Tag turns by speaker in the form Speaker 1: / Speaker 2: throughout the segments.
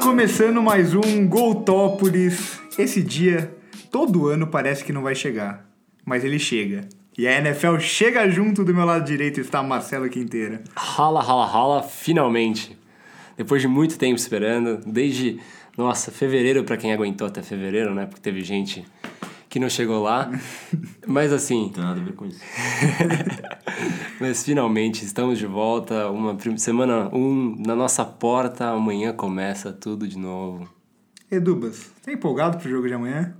Speaker 1: começando mais um Goltópolis. Esse dia, todo ano parece que não vai chegar, mas ele chega. E a NFL chega junto do meu lado direito está Marcelo Quinteira.
Speaker 2: Rala, rala, rala, finalmente. Depois de muito tempo esperando, desde, nossa, fevereiro, pra quem aguentou até fevereiro, né? Porque teve gente que não chegou lá. Mas assim,
Speaker 3: Não tem nada a ver com isso.
Speaker 2: mas finalmente estamos de volta. Uma prim- semana um na nossa porta, amanhã começa tudo de novo.
Speaker 1: Edubas, tá empolgado pro jogo de amanhã?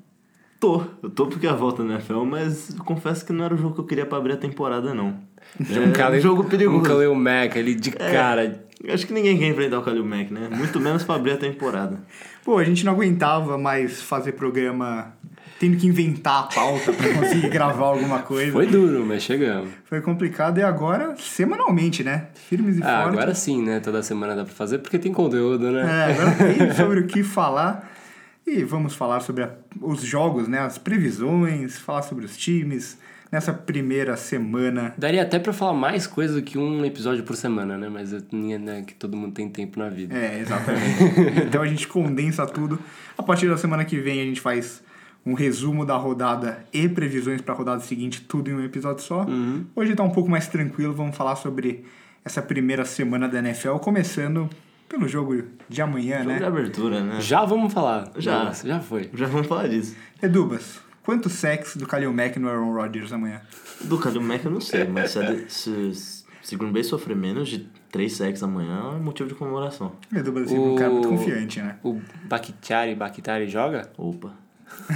Speaker 3: Tô, eu tô porque é a volta na NFL, mas eu confesso que não era o jogo que eu queria pra abrir a temporada, não. É um,
Speaker 2: Khalil-
Speaker 3: jogo perigoso. É.
Speaker 2: Um Khalil Mack ali de cara.
Speaker 3: Eu Acho que ninguém quer enfrentar o Kalil Mack, né? Muito menos pra abrir a temporada.
Speaker 1: Pô, a gente não aguentava mais fazer programa tendo que inventar a pauta pra conseguir gravar alguma coisa.
Speaker 2: Foi duro, mas chegamos.
Speaker 1: Foi complicado e agora, semanalmente, né? Firmes e
Speaker 2: Ah,
Speaker 1: fortes.
Speaker 2: agora sim, né? Toda semana dá pra fazer porque tem conteúdo, né?
Speaker 1: É, agora tem sobre o que falar. E vamos falar sobre a- os jogos, né? As previsões, falar sobre os times nessa primeira semana.
Speaker 2: Daria até pra falar mais coisa do que um episódio por semana, né? Mas eu tinha, né, que todo mundo tem tempo na vida.
Speaker 1: É, exatamente. então a gente condensa tudo. A partir da semana que vem a gente faz um resumo da rodada e previsões para a rodada seguinte, tudo em um episódio só.
Speaker 3: Uhum.
Speaker 1: Hoje tá um pouco mais tranquilo, vamos falar sobre essa primeira semana da NFL, começando pelo jogo de amanhã,
Speaker 3: Jogo de
Speaker 1: né?
Speaker 3: abertura, né?
Speaker 2: Já vamos falar.
Speaker 3: Já.
Speaker 2: Nossa, já foi.
Speaker 3: Já vamos falar disso.
Speaker 1: Edubas, quanto sexo do Kalil Mack no Aaron Rodgers amanhã?
Speaker 3: Do Kalil Mack eu não sei, mas se, a de- se, se Green Bay sofrer menos de 3 sacks amanhã, é motivo de comemoração.
Speaker 1: Edubas é sempre um cara muito confiante, né?
Speaker 2: O Bakhtiari, Bakhtiari joga?
Speaker 3: Opa.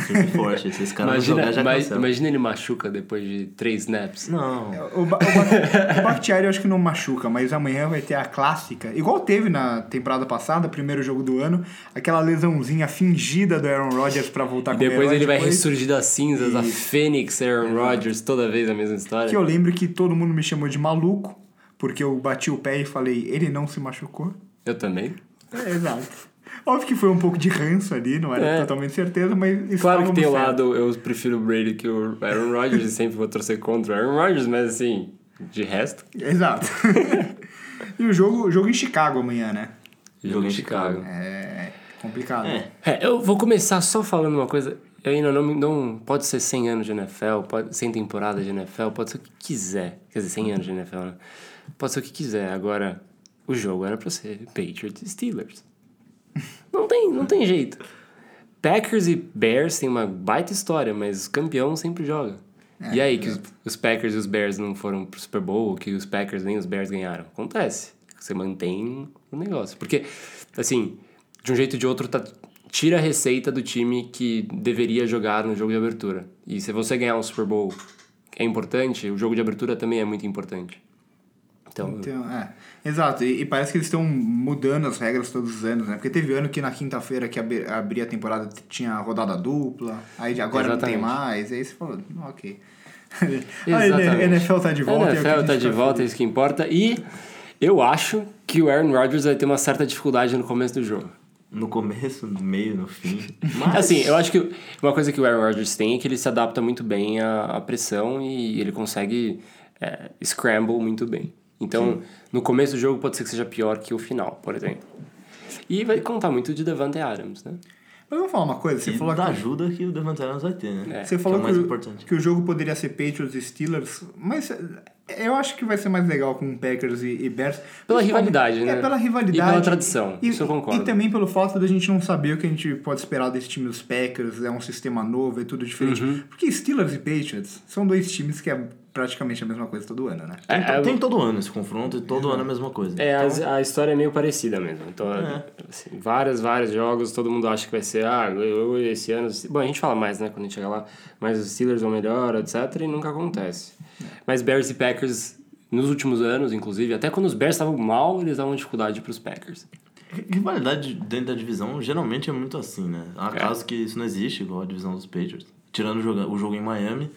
Speaker 3: Time forte, esses caras vão
Speaker 2: Imagina,
Speaker 3: jogar já
Speaker 2: ima-
Speaker 3: cancela.
Speaker 2: imagina ele machuca depois de três snaps.
Speaker 3: Não.
Speaker 1: O, ba o, Ba- o Bakhtiari eu acho que não machuca, mas amanhã vai ter a clássica, igual teve na temporada passada, primeiro jogo do ano, aquela lesãozinha fingida do Aaron Rodgers pra voltar com o
Speaker 2: Depois
Speaker 1: herói,
Speaker 2: ele vai ressurgir das cinzas, a
Speaker 1: é Isso.
Speaker 2: Fênix, Aaron Rodgers, toda vez a mesma história.
Speaker 1: Que eu lembro que todo mundo me chamou de maluco, porque eu bati o pé e falei, ele não se machucou.
Speaker 2: Eu também.
Speaker 1: É, exato. Óbvio que foi um pouco de ranço ali, não era
Speaker 2: É.
Speaker 1: totalmente certeza, mas
Speaker 2: Claro
Speaker 1: estávamos
Speaker 2: que tem o
Speaker 1: certos.
Speaker 2: lado, eu prefiro o Brady que o Aaron Rodgers e sempre vou torcer contra o Aaron Rodgers, mas assim, de resto,
Speaker 1: Exato. e o jogo, jogo em Chicago amanhã, né?
Speaker 2: jogo
Speaker 3: em
Speaker 2: em Chicago.
Speaker 1: É complicado.
Speaker 3: É.
Speaker 2: É, eu vou começar só falando uma coisa. Eu ainda não, não. Pode ser 100 anos de NFL, pode, 100 temporadas de NFL, pode ser o que quiser. Quer dizer, 100 anos de NFL, né? Pode ser o que quiser. Agora, o jogo era pra ser Patriots e Steelers. Não tem, não tem jeito. Packers e Bears tem uma baita história, mas o campeão sempre joga. e aí, que os, os Packers e os Bears não foram pro Super Bowl, que os Packers nem os Bears ganharam. Acontece. Você mantém o negócio. Porque, assim, de um jeito ou de outro, tá- tira a receita do time que deveria jogar no jogo de abertura. E se você ganhar um Super Bowl é importante, o jogo de abertura também é muito importante. Então,
Speaker 1: Então, é. Exato, e, e parece que eles estão mudando as regras todos os anos, né? Porque teve ano que na quinta-feira que abe- abria a temporada t- tinha rodada dupla, aí de agora
Speaker 2: Exatamente.
Speaker 1: não tem mais, aí você falou, "Não, ok.
Speaker 2: Exatamente.
Speaker 1: Aí, né, a NFL tá de volta.
Speaker 2: A
Speaker 1: é o que a
Speaker 2: NFL
Speaker 1: gente
Speaker 2: tá de
Speaker 1: tá
Speaker 2: volta, é isso que importa. E eu acho que o Aaron Rodgers vai ter uma certa dificuldade no começo do jogo.
Speaker 3: No começo, no meio, no fim.
Speaker 2: Assim, eu acho que uma coisa que o Aaron Rodgers tem é que ele se adapta muito bem à, à pressão e ele consegue é, scramble muito bem. Então, no começo do jogo pode ser que seja pior que o final, por exemplo. E vai contar muito de Devante Adams, né?
Speaker 1: Mas vamos falar uma coisa, você
Speaker 3: Você
Speaker 1: falou
Speaker 3: falou da
Speaker 1: que...
Speaker 3: ajuda que o Devante Adams vai ter, né?
Speaker 2: É,
Speaker 1: Você falou
Speaker 3: que
Speaker 1: que,
Speaker 3: é o mais
Speaker 1: o-
Speaker 3: importante.
Speaker 1: que o jogo poderia ser Patriots e Steelers, mas eh, eu acho que vai ser mais legal com Packers e, e Bears.
Speaker 2: Pela
Speaker 1: Principalmente-
Speaker 2: rivalidade,
Speaker 1: É,
Speaker 2: né?
Speaker 1: pela rivalidade.
Speaker 2: E pela tradição, isso eu concordo.
Speaker 1: E também pelo fato da gente não saber o que a gente pode esperar desse time dos Packers, é um sistema novo, é tudo diferente.
Speaker 2: Uhum.
Speaker 1: Porque Steelers e Patriots são dois times que é praticamente a mesma coisa todo ano, né?
Speaker 3: Tem, to-
Speaker 2: É,
Speaker 3: tem todo ano esse confronto e todo ano a mesma coisa.
Speaker 2: É, a, a história é meio parecida mesmo. Então,
Speaker 3: É.
Speaker 2: assim, várias, vários jogos, todo mundo acha que vai ser, ah, eu, eu, esse ano. Bom, a gente fala mais, né, quando a gente chega lá, mas os Steelers vão melhor, etc. E nunca acontece.
Speaker 3: É.
Speaker 2: Mas Bears e Packers, nos últimos anos, inclusive, até quando os Bears estavam mal, eles davam dificuldade pros Packers.
Speaker 3: Rivalidade dentro da divisão geralmente é muito assim, né? Há
Speaker 2: É.
Speaker 3: casos que isso não existe, igual a divisão dos Patriots. Tirando o jogo, o jogo em Miami,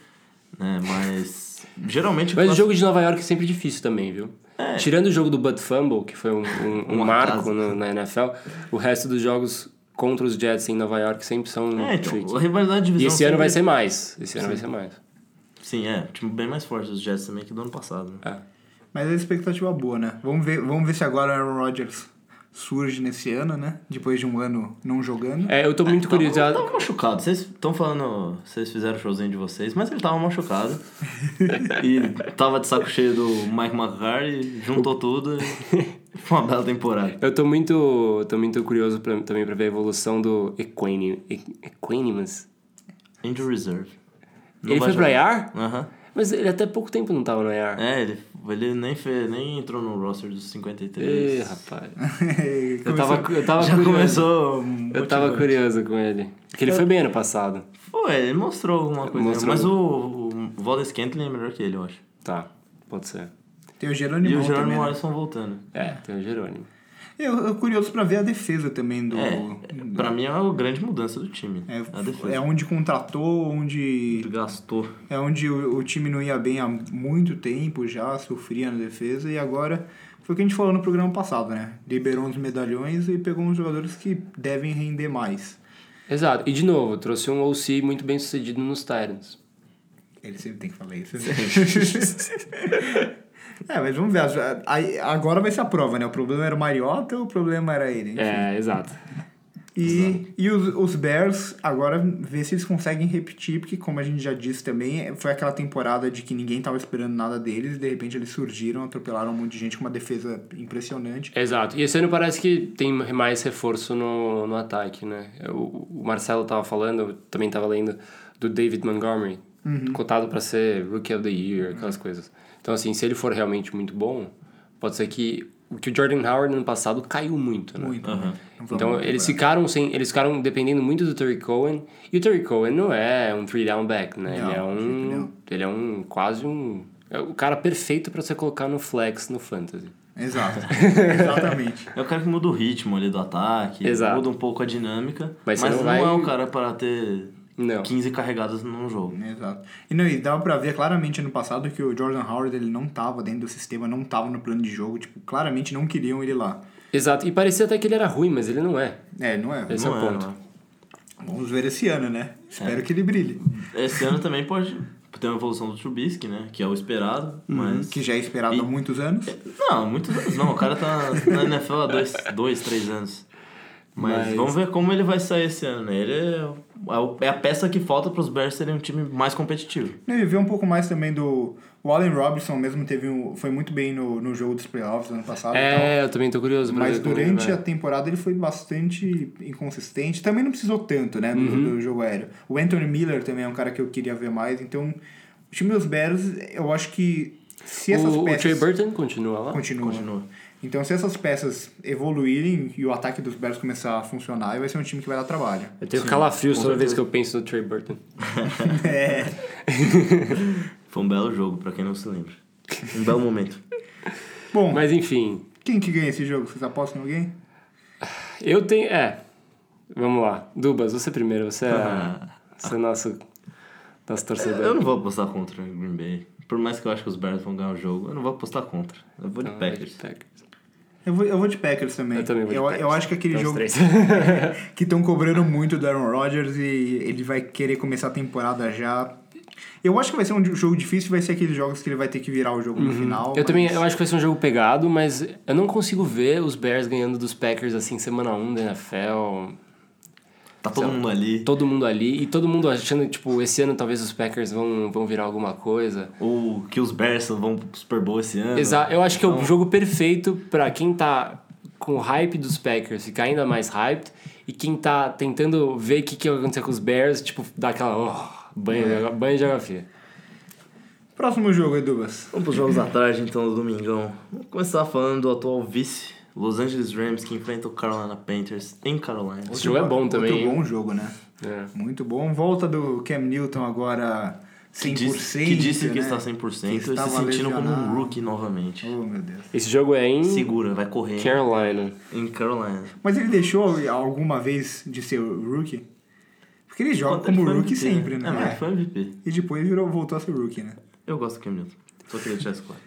Speaker 3: né? Mas geralmente...
Speaker 2: Mas o
Speaker 3: classe-
Speaker 2: jogo de Nova York é sempre difícil também, viu?
Speaker 3: É.
Speaker 2: Tirando o jogo do Bud Fumble, que foi um, um- um
Speaker 3: Um
Speaker 2: marco
Speaker 3: acaso.
Speaker 2: no- na NFL, o resto dos jogos contra os Jets em Nova York sempre são
Speaker 3: É, então,
Speaker 2: tricky.
Speaker 3: a rivalidade de
Speaker 2: E
Speaker 3: divisão...
Speaker 2: esse ano vai ser
Speaker 3: sempre-
Speaker 2: mais. Esse ano vai ser mais.
Speaker 3: Sim, é. Time bem mais forte dos Jets também que do ano passado, né?
Speaker 2: É.
Speaker 1: Mas a expectativa é boa, né? Vamos ver, vamos ver se agora o Aaron Rodgers surge nesse ano, né? Depois de um ano não jogando.
Speaker 2: É, eu tô muito curioso.
Speaker 3: Tava, tava machucado. Vocês estão falando. Vocês fizeram o showzinho de vocês, mas ele tava machucado. e tava de saco cheio do Mike McCarthy, juntou tudo. e Foi uma bela temporada.
Speaker 2: Eu tô muito, tô muito curioso pra- também pra ver a evolução do Equani- E- Equanimus.
Speaker 3: Injury Reserve. Não
Speaker 2: Ele
Speaker 3: vai
Speaker 2: foi pra
Speaker 3: jogar.
Speaker 2: IR?
Speaker 3: Aham.
Speaker 2: Mas ele até pouco tempo não tava no IR.
Speaker 3: É, ele, ele nem, fez, nem entrou no roster dos 53.
Speaker 2: Ih, rapaz. Eu
Speaker 1: Começou-
Speaker 2: tava, eu tava
Speaker 3: Já
Speaker 2: curioso.
Speaker 3: começou.
Speaker 2: Eu tava
Speaker 3: motivante.
Speaker 2: curioso com ele. Porque ele foi bem ano passado.
Speaker 3: Foi, ele mostrou alguma coisa.
Speaker 2: Mostrou.
Speaker 3: Mas o, o Valdes Kentley é melhor que ele, eu acho.
Speaker 2: Tá, pode ser.
Speaker 1: Tem o
Speaker 3: E
Speaker 1: Jerônimo.
Speaker 3: o Jerome
Speaker 1: também, né?
Speaker 3: Morrison voltando.
Speaker 2: É, tem o Jerônimo.
Speaker 1: É, Eu, eu curioso pra ver a defesa também do.
Speaker 3: É, pra mim é uma grande mudança do time.
Speaker 1: É,
Speaker 3: a defesa.
Speaker 1: é onde contratou,
Speaker 3: Ele
Speaker 1: onde.
Speaker 3: gastou.
Speaker 1: É onde o, o time não ia bem há muito tempo já, sofria na defesa, e agora foi o que a gente falou no programa passado, né? Liberou uns medalhões e pegou uns jogadores que devem render mais.
Speaker 2: Exato. E de novo, trouxe um OC muito bem sucedido nos Titans.
Speaker 1: Ele sempre tem que falar isso. né? é, mas vamos ver. Aí, agora vai ser a prova, né? O problema era o Mariota ou o problema era ele?
Speaker 2: É, exato.
Speaker 1: E, e os, os Bears agora ver se eles conseguem repetir, porque como a gente já disse também, é, foi aquela temporada de que ninguém tava esperando nada deles, e de repente eles surgiram, atropelaram um monte de gente com uma defesa impressionante.
Speaker 2: Exato. E esse ano parece que tem mais reforço no, no ataque, né? O, o Marcelo tava falando, eu também tava lendo, do David Montgomery,
Speaker 1: Uhum.
Speaker 2: cotado para ser Rookie of the Year, aquelas coisas. Então, assim, se ele for realmente muito bom, pode ser que. o Que o Jordan Howard no ano passado caiu muito, né?
Speaker 1: Muito. né? Não foi
Speaker 2: Então
Speaker 1: uma temporada.
Speaker 2: eles ficaram sem, eles ficaram dependendo muito do Terry Cohen. E o Terry Cohen não é um three down back,
Speaker 1: Não,
Speaker 2: né? ele é
Speaker 1: de jeito
Speaker 2: um,
Speaker 1: nenhum.
Speaker 2: ele é um quase um, é o cara perfeito pra você colocar no flex no fantasy.
Speaker 1: Exato. Exatamente.
Speaker 3: É o cara que muda o ritmo ali do ataque,
Speaker 2: Exato.
Speaker 3: muda um pouco a dinâmica,
Speaker 2: Mas
Speaker 3: mas,
Speaker 2: você
Speaker 3: não,
Speaker 2: não vai-
Speaker 3: é um cara para ter
Speaker 2: Não.
Speaker 3: 15 carregadas num jogo.
Speaker 1: Exato. E, não, e dava pra ver claramente ano passado que o Jordan Howard ele não tava dentro do sistema, não tava no plano de jogo, tipo, claramente não queriam ele lá.
Speaker 2: Exato. E parecia até que ele era ruim, mas ele não é.
Speaker 1: É, não é.
Speaker 2: Esse
Speaker 3: Não
Speaker 2: é o
Speaker 3: é,
Speaker 2: ponto.
Speaker 3: não
Speaker 1: Vamos ver esse ano, né? Espero que ele brilhe.
Speaker 3: é. Esse ano também pode ter uma evolução do Trubisky, né? Que é o esperado,
Speaker 2: Uhum,
Speaker 3: mas...
Speaker 1: Que já é esperado
Speaker 3: E-
Speaker 1: há muitos anos.
Speaker 3: Não, muitos anos não. O cara tá na NFL há dois, dois três anos. Mas,
Speaker 2: Mas-
Speaker 3: vamos ver como ele vai sair esse ano, né? Ele é, o- é a peça que falta pros Bears serem um time mais competitivo.
Speaker 1: E ver um pouco mais também do. O Allen Robinson mesmo teve um. Foi muito bem no, no jogo dos playoffs ano passado. e
Speaker 2: É, né? eu também tô curioso
Speaker 1: tal.
Speaker 2: pra
Speaker 1: Ah, Mas
Speaker 2: ver como ele
Speaker 1: durante a
Speaker 2: vai.
Speaker 1: temporada ele foi bastante inconsistente. Também não precisou tanto, né? Do,
Speaker 2: Uhum.
Speaker 1: do jogo aéreo. O Anthony Miller também é um cara que eu queria ver mais. Então, o time dos Bears, eu acho que se essas
Speaker 2: o, o
Speaker 1: peças.
Speaker 2: Trey Burton continua lá?
Speaker 1: Continua.
Speaker 3: Continua.
Speaker 1: Então, se essas peças evoluírem e o ataque dos Bears começar a funcionar, vai ser um time que vai dar trabalho.
Speaker 2: Eu tenho calafrios
Speaker 3: com
Speaker 2: toda vez
Speaker 3: certeza.
Speaker 2: que eu penso no Trey Burton.
Speaker 1: É.
Speaker 3: Foi um belo jogo, pra quem não se lembra. Um belo momento.
Speaker 1: Bom,
Speaker 2: Mas enfim,
Speaker 1: quem que ganha esse jogo? Vocês apostam em alguém?
Speaker 2: eu tenho, é. Vamos lá. Dubas, você primeiro, você é,
Speaker 1: Ah.
Speaker 2: você é nosso nosso torcedor.
Speaker 3: Eu não vou apostar contra o Green Bay. Por mais que eu acho que os Bears vão ganhar o jogo, eu não vou apostar contra. Eu vou de
Speaker 1: Então, é
Speaker 3: Packers.
Speaker 1: Eu vou, eu vou de Packers também.
Speaker 2: Eu também vou de
Speaker 1: eu,
Speaker 2: Packers.
Speaker 1: eu acho que aquele
Speaker 2: Então, os
Speaker 1: jogo
Speaker 2: três.
Speaker 1: que estão cobrando muito do Aaron Rodgers e ele vai querer começar a temporada já. Eu acho que vai ser um jogo difícil, vai ser aqueles jogos que ele vai ter que virar o jogo
Speaker 3: Uhum.
Speaker 1: no final.
Speaker 2: Eu também
Speaker 1: mas-
Speaker 2: eu acho que vai ser um jogo pegado, mas eu não consigo ver os Bears ganhando dos Packers assim, semana 1 da NFL.
Speaker 3: Tá
Speaker 1: Então,
Speaker 3: todo mundo ali.
Speaker 2: Todo mundo ali e todo mundo achando, tipo, esse ano talvez os Packers vão, vão virar alguma coisa.
Speaker 3: Ou que os Bears vão pro Super Bowl esse ano.
Speaker 2: Exato, eu acho que é
Speaker 3: Então-
Speaker 2: o jogo perfeito pra quem tá com o hype dos Packers ficar ainda mais hyped e quem tá tentando ver o que, que vai acontecer com os Bears, tipo, dar aquela oh, banho,
Speaker 3: É.
Speaker 2: de- banho de geografia.
Speaker 1: Próximo jogo, Edubas.
Speaker 3: Vamos pros jogos da tarde, então, do domingão. Vamos começar falando do atual vice, Los Angeles Rams, que enfrenta o Carolina Panthers em Carolina.
Speaker 2: Esse jogo é bom também.
Speaker 1: Muito
Speaker 2: hein?
Speaker 1: bom jogo, né?
Speaker 2: É.
Speaker 1: Muito bom. Volta do Cam Newton agora 100%.
Speaker 3: Que disse que, disse
Speaker 1: né?
Speaker 3: que está 100%
Speaker 1: Que
Speaker 3: e se
Speaker 1: estava
Speaker 3: sentindo como um
Speaker 1: lesionado. Uhum.
Speaker 3: rookie novamente.
Speaker 1: Oh, meu Deus.
Speaker 2: Esse jogo é em
Speaker 3: Segura, vai correr
Speaker 2: Carolina.
Speaker 3: em Carolina.
Speaker 1: Mas ele deixou alguma vez de ser rookie? Porque ele joga
Speaker 3: Ele
Speaker 1: como
Speaker 3: foi
Speaker 1: rookie
Speaker 3: MVP,
Speaker 1: sempre,
Speaker 3: É, mas
Speaker 1: né?
Speaker 3: foi MVP.
Speaker 1: E depois virou, voltou a ser rookie, né?
Speaker 3: Eu gosto do Cam Newton. Só queria deixar isso claro.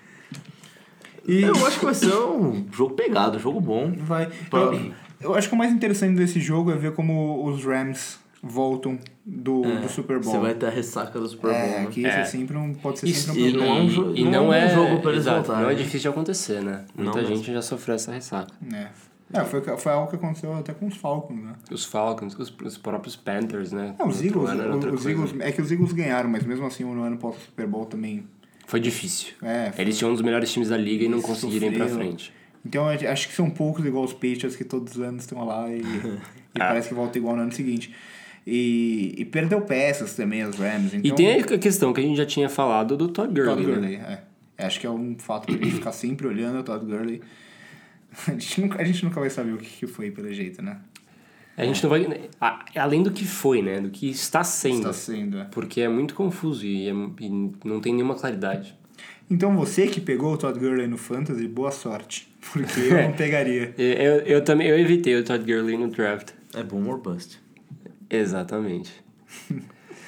Speaker 1: E
Speaker 3: Eu acho que vai ser um jogo pegado, jogo bom.
Speaker 1: vai.
Speaker 3: Pra-
Speaker 1: Eu, eu acho que o mais interessante desse jogo é ver como os Rams voltam do, do Super Bowl.
Speaker 3: Você vai ter a ressaca do Super Bowl.
Speaker 1: É,
Speaker 3: né?
Speaker 1: que
Speaker 2: É.
Speaker 1: isso é sempre um. Pode ser
Speaker 2: Isso,
Speaker 1: sempre um
Speaker 2: e,
Speaker 1: problema.
Speaker 3: não é um jo-
Speaker 2: e
Speaker 3: não
Speaker 2: não
Speaker 3: é um
Speaker 2: é
Speaker 3: jogo pra eles
Speaker 2: exato,
Speaker 3: voltarem,
Speaker 2: Não é
Speaker 3: né?
Speaker 2: difícil de acontecer, né? Muita
Speaker 3: mesmo.
Speaker 2: gente já sofreu essa ressaca.
Speaker 1: É. É, foi, o que- foi algo que aconteceu até com os Falcons, né?
Speaker 2: Os Falcons, os, os próprios Panthers, né?
Speaker 1: É, os
Speaker 2: Outro
Speaker 1: Eagles,
Speaker 2: ano era
Speaker 1: o-
Speaker 2: outra
Speaker 1: os
Speaker 2: coisa.
Speaker 1: Eagles, é que os Eagles ganharam, mas mesmo assim no ano pós Super Bowl também.
Speaker 2: Foi difícil.
Speaker 1: É, foi-
Speaker 2: Eles tinham um dos melhores times da liga e não conseguiram ir pra
Speaker 1: sofreram.
Speaker 2: frente.
Speaker 1: Então eu acho que são poucos igual os Patriots que todos os anos estão lá e, e parece que volta igual no ano seguinte. E, e perdeu peças também os Rams. Então,
Speaker 2: E tem a questão que a gente já tinha falado do Todd
Speaker 1: Todd
Speaker 2: Gurley, né?
Speaker 1: Gurley, é. É, Acho que é um fato pra gente ficar sempre olhando o Todd Gurley. A gente, nunca, a gente nunca vai saber o que, que foi, pelo jeito, né?
Speaker 2: A gente não vai. né, a- Além do que foi, né? Do que está sendo.
Speaker 1: Está sendo. é.
Speaker 2: Porque é muito confuso e, é- e não tem nenhuma claridade.
Speaker 1: Então você que pegou o Todd Gurley no Fantasy, boa sorte. Porque eu não pegaria.
Speaker 2: Eu, eu, eu também eu evitei o Todd Gurley no draft.
Speaker 3: É boom or bust.
Speaker 2: Exatamente.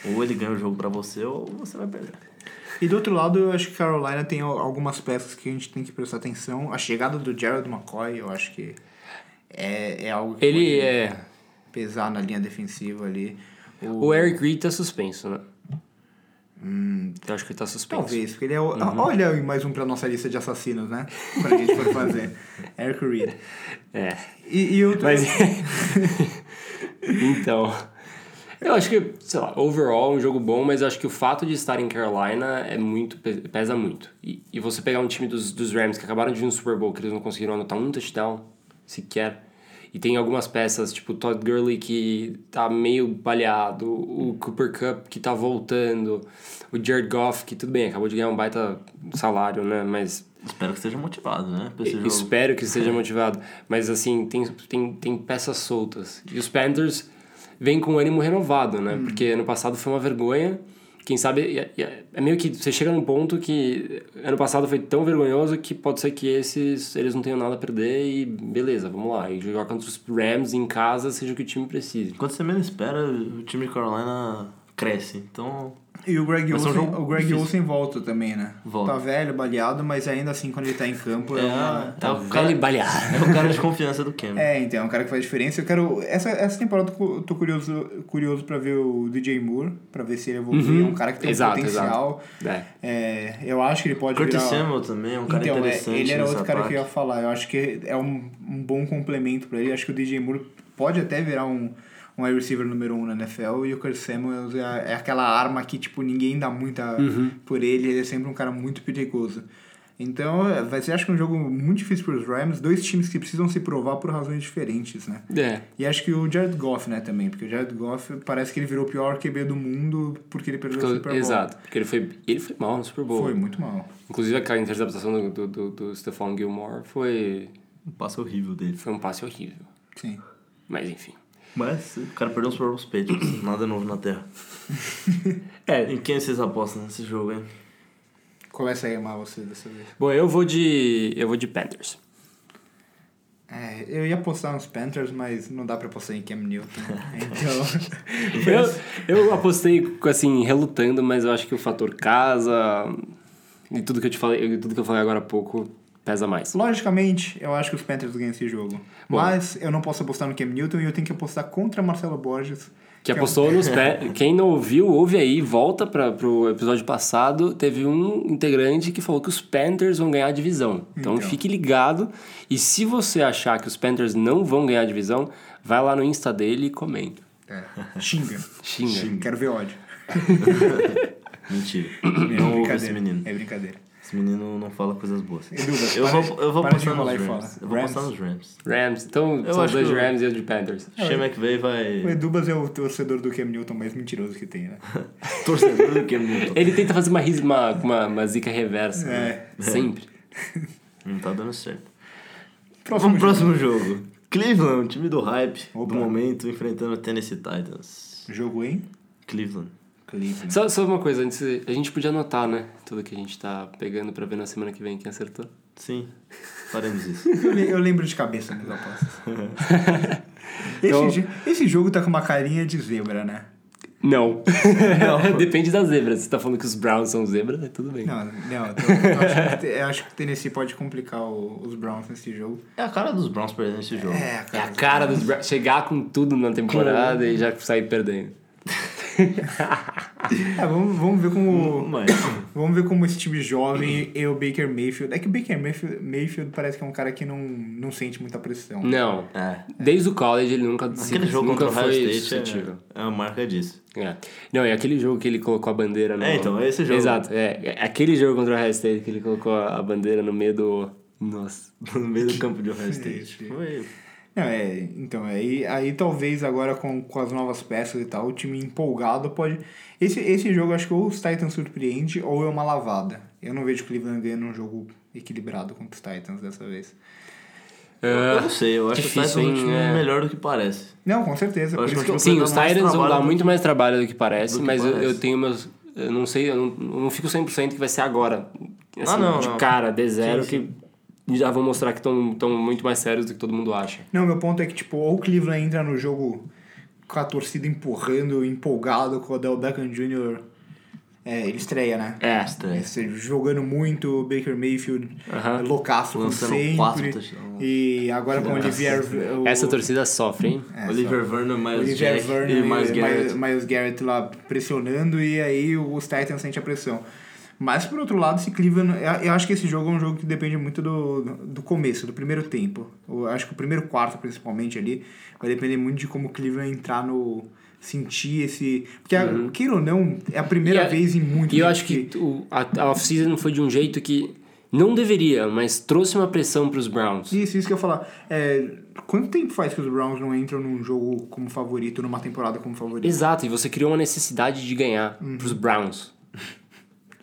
Speaker 3: Ou ele ganha o jogo pra você, ou você vai perder.
Speaker 1: E do outro lado, eu acho que Carolina tem al- algumas peças que a gente tem que prestar atenção. A chegada do Gerald McCoy, eu acho que é, é algo que
Speaker 2: Ele
Speaker 1: pode
Speaker 2: é.
Speaker 1: pesar na linha defensiva ali. O-
Speaker 2: O Eric Reed tá suspenso, né? Eu acho que ele tá suspenso.
Speaker 1: Talvez, porque ele é o...
Speaker 2: Uhum.
Speaker 1: Olha mais um pra nossa lista de assassinos, né? Pra gente for fazer. Eric Reed.
Speaker 2: É.
Speaker 1: E, e o...
Speaker 2: Mas. então. Eu acho que, sei lá, overall é um jogo bom, mas eu acho que o fato de estar em Carolina é muito, pe- pesa muito. E, e você pegar um time dos, dos Rams que acabaram de vir no Super Bowl, que eles não conseguiram anotar um touchdown sequer. E tem algumas peças, tipo o Todd Gurley que tá meio baleado, o Cooper Cup que tá voltando, o Jared Goff que tudo bem, acabou de ganhar um baita salário, né? Mas
Speaker 3: Espero que esteja motivado, né? Pra esse jogo.
Speaker 2: Espero que seja motivado. Mas assim, tem, tem, tem peças soltas. E os Panthers vêm com ânimo renovado,
Speaker 3: Hum.
Speaker 2: né? Porque ano passado foi uma vergonha. Quem sabe. é- É é meio que você chega num ponto que ano passado foi tão vergonhoso que pode ser que esses eles não tenham nada a perder e beleza, vamos lá. E jogar contra os Rams em casa, seja o que o time precise.
Speaker 3: Enquanto você menos espera, o time de Carolina cresce. Então,
Speaker 1: E o Greg,
Speaker 3: Mas é um
Speaker 1: Olsen,
Speaker 3: jogo
Speaker 1: o Greg
Speaker 3: difícil.
Speaker 1: Olsen volta também, né?
Speaker 3: Volta.
Speaker 1: Tá velho, baleado, mas ainda assim, quando ele tá em campo, é,
Speaker 3: É,
Speaker 1: uma...
Speaker 3: é o
Speaker 2: Vale
Speaker 3: cara,
Speaker 2: balear.
Speaker 3: é o cara de confiança do Cam.
Speaker 1: É, então, é um cara que faz diferença. Eu quero. Essa, essa temporada eu cu- eu tô curioso, curioso pra ver o DJ Moore, pra ver se ele evolui. É um cara que tem
Speaker 2: Exato,
Speaker 1: potencial.
Speaker 2: É.
Speaker 1: É, eu acho que ele pode
Speaker 3: Curtis
Speaker 1: virar.
Speaker 3: Samuel também é um cara
Speaker 1: então, é,
Speaker 3: interessante
Speaker 1: ele era
Speaker 3: nesse
Speaker 1: outro cara
Speaker 3: ataque.
Speaker 1: que eu ia falar. Eu acho que é um, um bom complemento pra ele. Eu acho que o DJ Moore pode até virar um, um wide receiver número um na NFL. E o Curtis Samuels é, é aquela arma que, tipo, ninguém dá muita por ele. Ele é sempre um cara muito perigoso. Então, é, vai ser, acho que um jogo muito difícil pros Rams. Dois times que precisam se provar por razões diferentes, né?
Speaker 2: É.
Speaker 1: E acho que o Jared Goff, né, também. Porque o Jared Goff parece que ele virou o pior QB do mundo porque ele perdeu o Super Bowl.
Speaker 2: Exato. Porque ele foi, ele foi mal no Super Bowl.
Speaker 1: Foi muito mal.
Speaker 2: Inclusive aquela interceptação do, do, do, do Stephon Gilmore foi
Speaker 3: Um passo horrível dele.
Speaker 2: Foi um passe horrível.
Speaker 1: Sim.
Speaker 2: Mas enfim.
Speaker 3: Mas o cara perdeu os próprios peitos. Nada novo na Terra.
Speaker 2: É.
Speaker 3: Em quem vocês apostam nesse jogo, hein?
Speaker 1: Começa a amar você dessa vez.
Speaker 2: Bom, eu vou de. Eu vou de Panthers.
Speaker 1: É, eu ia apostar nos Panthers, mas não dá pra apostar em Cam Newton. Então,
Speaker 2: Eu, eu apostei, assim, relutando, mas eu acho que o fator casa e tudo que eu te falei, e tudo que eu falei agora há pouco pesa mais.
Speaker 1: logicamente, eu acho que os Panthers ganham esse jogo. Mas eu não posso apostar no Cam Newton e eu tenho que apostar contra Marcelo Borges.
Speaker 2: Que
Speaker 1: é um-
Speaker 2: apostou nos pés. Quem não ouviu, ouve aí, volta para pro episódio passado. Teve um integrante que falou que os Panthers vão ganhar a divisão. Então,
Speaker 1: Então.
Speaker 2: fique ligado. E se você achar que os Panthers não vão ganhar a divisão, vai lá no Insta dele e comenta.
Speaker 1: É, xinga.
Speaker 2: Xinga.
Speaker 1: Quero ver ódio.
Speaker 3: Mentira.
Speaker 1: É
Speaker 3: Não ouve esse
Speaker 1: brincadeira.
Speaker 3: menino.
Speaker 1: É brincadeira.
Speaker 3: Esse menino não fala coisas boas.
Speaker 1: Edu, vai,
Speaker 3: eu
Speaker 1: para
Speaker 3: vou,
Speaker 1: de-
Speaker 3: eu vou
Speaker 1: para de
Speaker 3: apostar nos
Speaker 1: enrolar e
Speaker 3: Rams.
Speaker 1: fala.
Speaker 3: Eu vou apostar
Speaker 1: Rams.
Speaker 3: nos Rams.
Speaker 2: Rams. Então,
Speaker 3: Eu
Speaker 2: são os
Speaker 3: acho
Speaker 2: dois
Speaker 3: que o-
Speaker 2: Rams e o de Panthers.
Speaker 3: Shane McVay vai...
Speaker 1: O Edubas é o torcedor do Cam Newton mais mentiroso que tem, né?
Speaker 3: Torcedor do Cam Newton.
Speaker 2: Ele tenta fazer uma, ris- uma, uma, uma zica reversa.
Speaker 1: É,
Speaker 2: né?
Speaker 3: É.
Speaker 2: Sempre.
Speaker 3: Não tá dando certo.
Speaker 1: Próximo
Speaker 3: Vamos pro próximo jogo. Cleveland, time do hype
Speaker 1: Opa.
Speaker 3: do momento, enfrentando o Tennessee Titans.
Speaker 1: Jogo em
Speaker 3: Cleveland.
Speaker 1: Cleveland.
Speaker 2: Só, só uma coisa, antes, a gente podia anotar, né? Tudo que a gente tá pegando pra ver na semana que vem quem acertou.
Speaker 3: Sim, faremos isso.
Speaker 1: Eu, le- eu lembro de cabeça minhas apostas. esse,
Speaker 2: Então-
Speaker 1: jo- esse jogo tá com uma carinha de zebra, né?
Speaker 2: Não. Depende da zebra. Se você tá falando que os Browns são zebra, né? tudo bem.
Speaker 1: Não, não, eu, tô- eu acho, que, eu acho que o Tennessee pode complicar o- os Browns nesse jogo.
Speaker 3: É a cara dos Browns perdendo esse jogo.
Speaker 1: É,
Speaker 2: É a
Speaker 1: cara.
Speaker 2: cara dos Browns. Chegar com tudo na temporada e já sair perdendo.
Speaker 1: É, vamos, vamos ver como.
Speaker 3: Mas,
Speaker 1: Vamos ver como esse time jovem e o Baker Mayfield. É que o Baker Mayfield, Mayfield parece que é um cara que não, não sente muita pressão.
Speaker 2: Não.
Speaker 3: é.
Speaker 2: Desde o college ele nunca,
Speaker 3: Aquele jogo
Speaker 2: nunca
Speaker 3: contra o
Speaker 2: foi
Speaker 3: Ohio State
Speaker 2: suscetível.
Speaker 3: é, é a marca disso.
Speaker 2: É. Não, e aquele jogo que ele colocou a bandeira no.
Speaker 3: É, então, é esse jogo.
Speaker 2: Exato, é. É Aquele jogo contra o Ohio State que ele colocou a bandeira no meio do. Nossa.
Speaker 3: No meio do campo de Ohio State.
Speaker 1: Sim, sim.
Speaker 3: Foi
Speaker 1: Não, é, então, aí, aí talvez agora com, com as novas peças e tal, o time empolgado pode. Esse, esse jogo acho que ou os Titans surpreende ou é uma lavada. Eu não vejo o Cleveland ganhando um jogo equilibrado contra os Titans dessa vez.
Speaker 3: Eu não sei, eu acho
Speaker 2: Difícil,
Speaker 3: que o Titans é um
Speaker 2: hein,
Speaker 3: time
Speaker 2: é.
Speaker 3: melhor do que parece.
Speaker 1: Não, com certeza.
Speaker 3: Eu
Speaker 1: Por
Speaker 3: acho
Speaker 1: isso
Speaker 3: que é um
Speaker 1: que eu-
Speaker 3: o
Speaker 2: Sim, os
Speaker 3: dar mais
Speaker 2: Titans vão
Speaker 3: trabalho
Speaker 2: dar
Speaker 3: do
Speaker 2: muito mais trabalho do que parece,
Speaker 3: do que
Speaker 2: mas eu- Eu,
Speaker 3: parece.
Speaker 2: tenho meus. Eu não sei, eu não, eu não fico 100% que vai ser agora. Assim,
Speaker 3: Ah, não,
Speaker 2: de
Speaker 3: não.
Speaker 2: cara, de zero, que já vão mostrar que estão muito mais sérios do que todo mundo acha.
Speaker 1: Não, meu ponto é que, tipo, ou o Cleveland entra no jogo com a torcida empurrando, empolgado, com o Odell Beckham Jr. É, ele estreia, né?
Speaker 2: É.
Speaker 3: Estranho.
Speaker 1: Esse- jogando muito, o Baker Mayfield é
Speaker 2: Aham.
Speaker 1: loucaço como
Speaker 3: Lançando
Speaker 1: sempre.
Speaker 3: quatro touchdowns.
Speaker 1: e agora com o Olivier... o-
Speaker 2: Essa torcida sofre, hein?
Speaker 1: É,
Speaker 3: Oliver Vernon,
Speaker 1: só-
Speaker 3: Miles
Speaker 1: Olivier
Speaker 3: Jack
Speaker 1: Vernon
Speaker 3: e Miles Garrett.
Speaker 1: Miles Garrett lá pressionando e aí os Titans sentem a pressão. Mas, por outro lado, se Cleveland... Eu eu acho que esse jogo é um jogo que depende muito do, do começo, do primeiro tempo. Eu acho que o primeiro quarto, principalmente, ali, vai depender muito de como o Cleveland entrar no... Sentir esse... Porque, a- queira ou não, é a primeira
Speaker 2: Uhum. E a-
Speaker 1: vez em muito
Speaker 2: E eu
Speaker 1: tempo
Speaker 2: acho que o, a, a off-season foi de um jeito que não deveria, mas trouxe uma pressão pros Browns.
Speaker 1: Isso, isso que eu ia falar. É, quanto tempo faz que os Browns não entram num jogo como favorito, numa temporada como favorito?
Speaker 2: Exato, e você criou uma necessidade de ganhar pros Browns.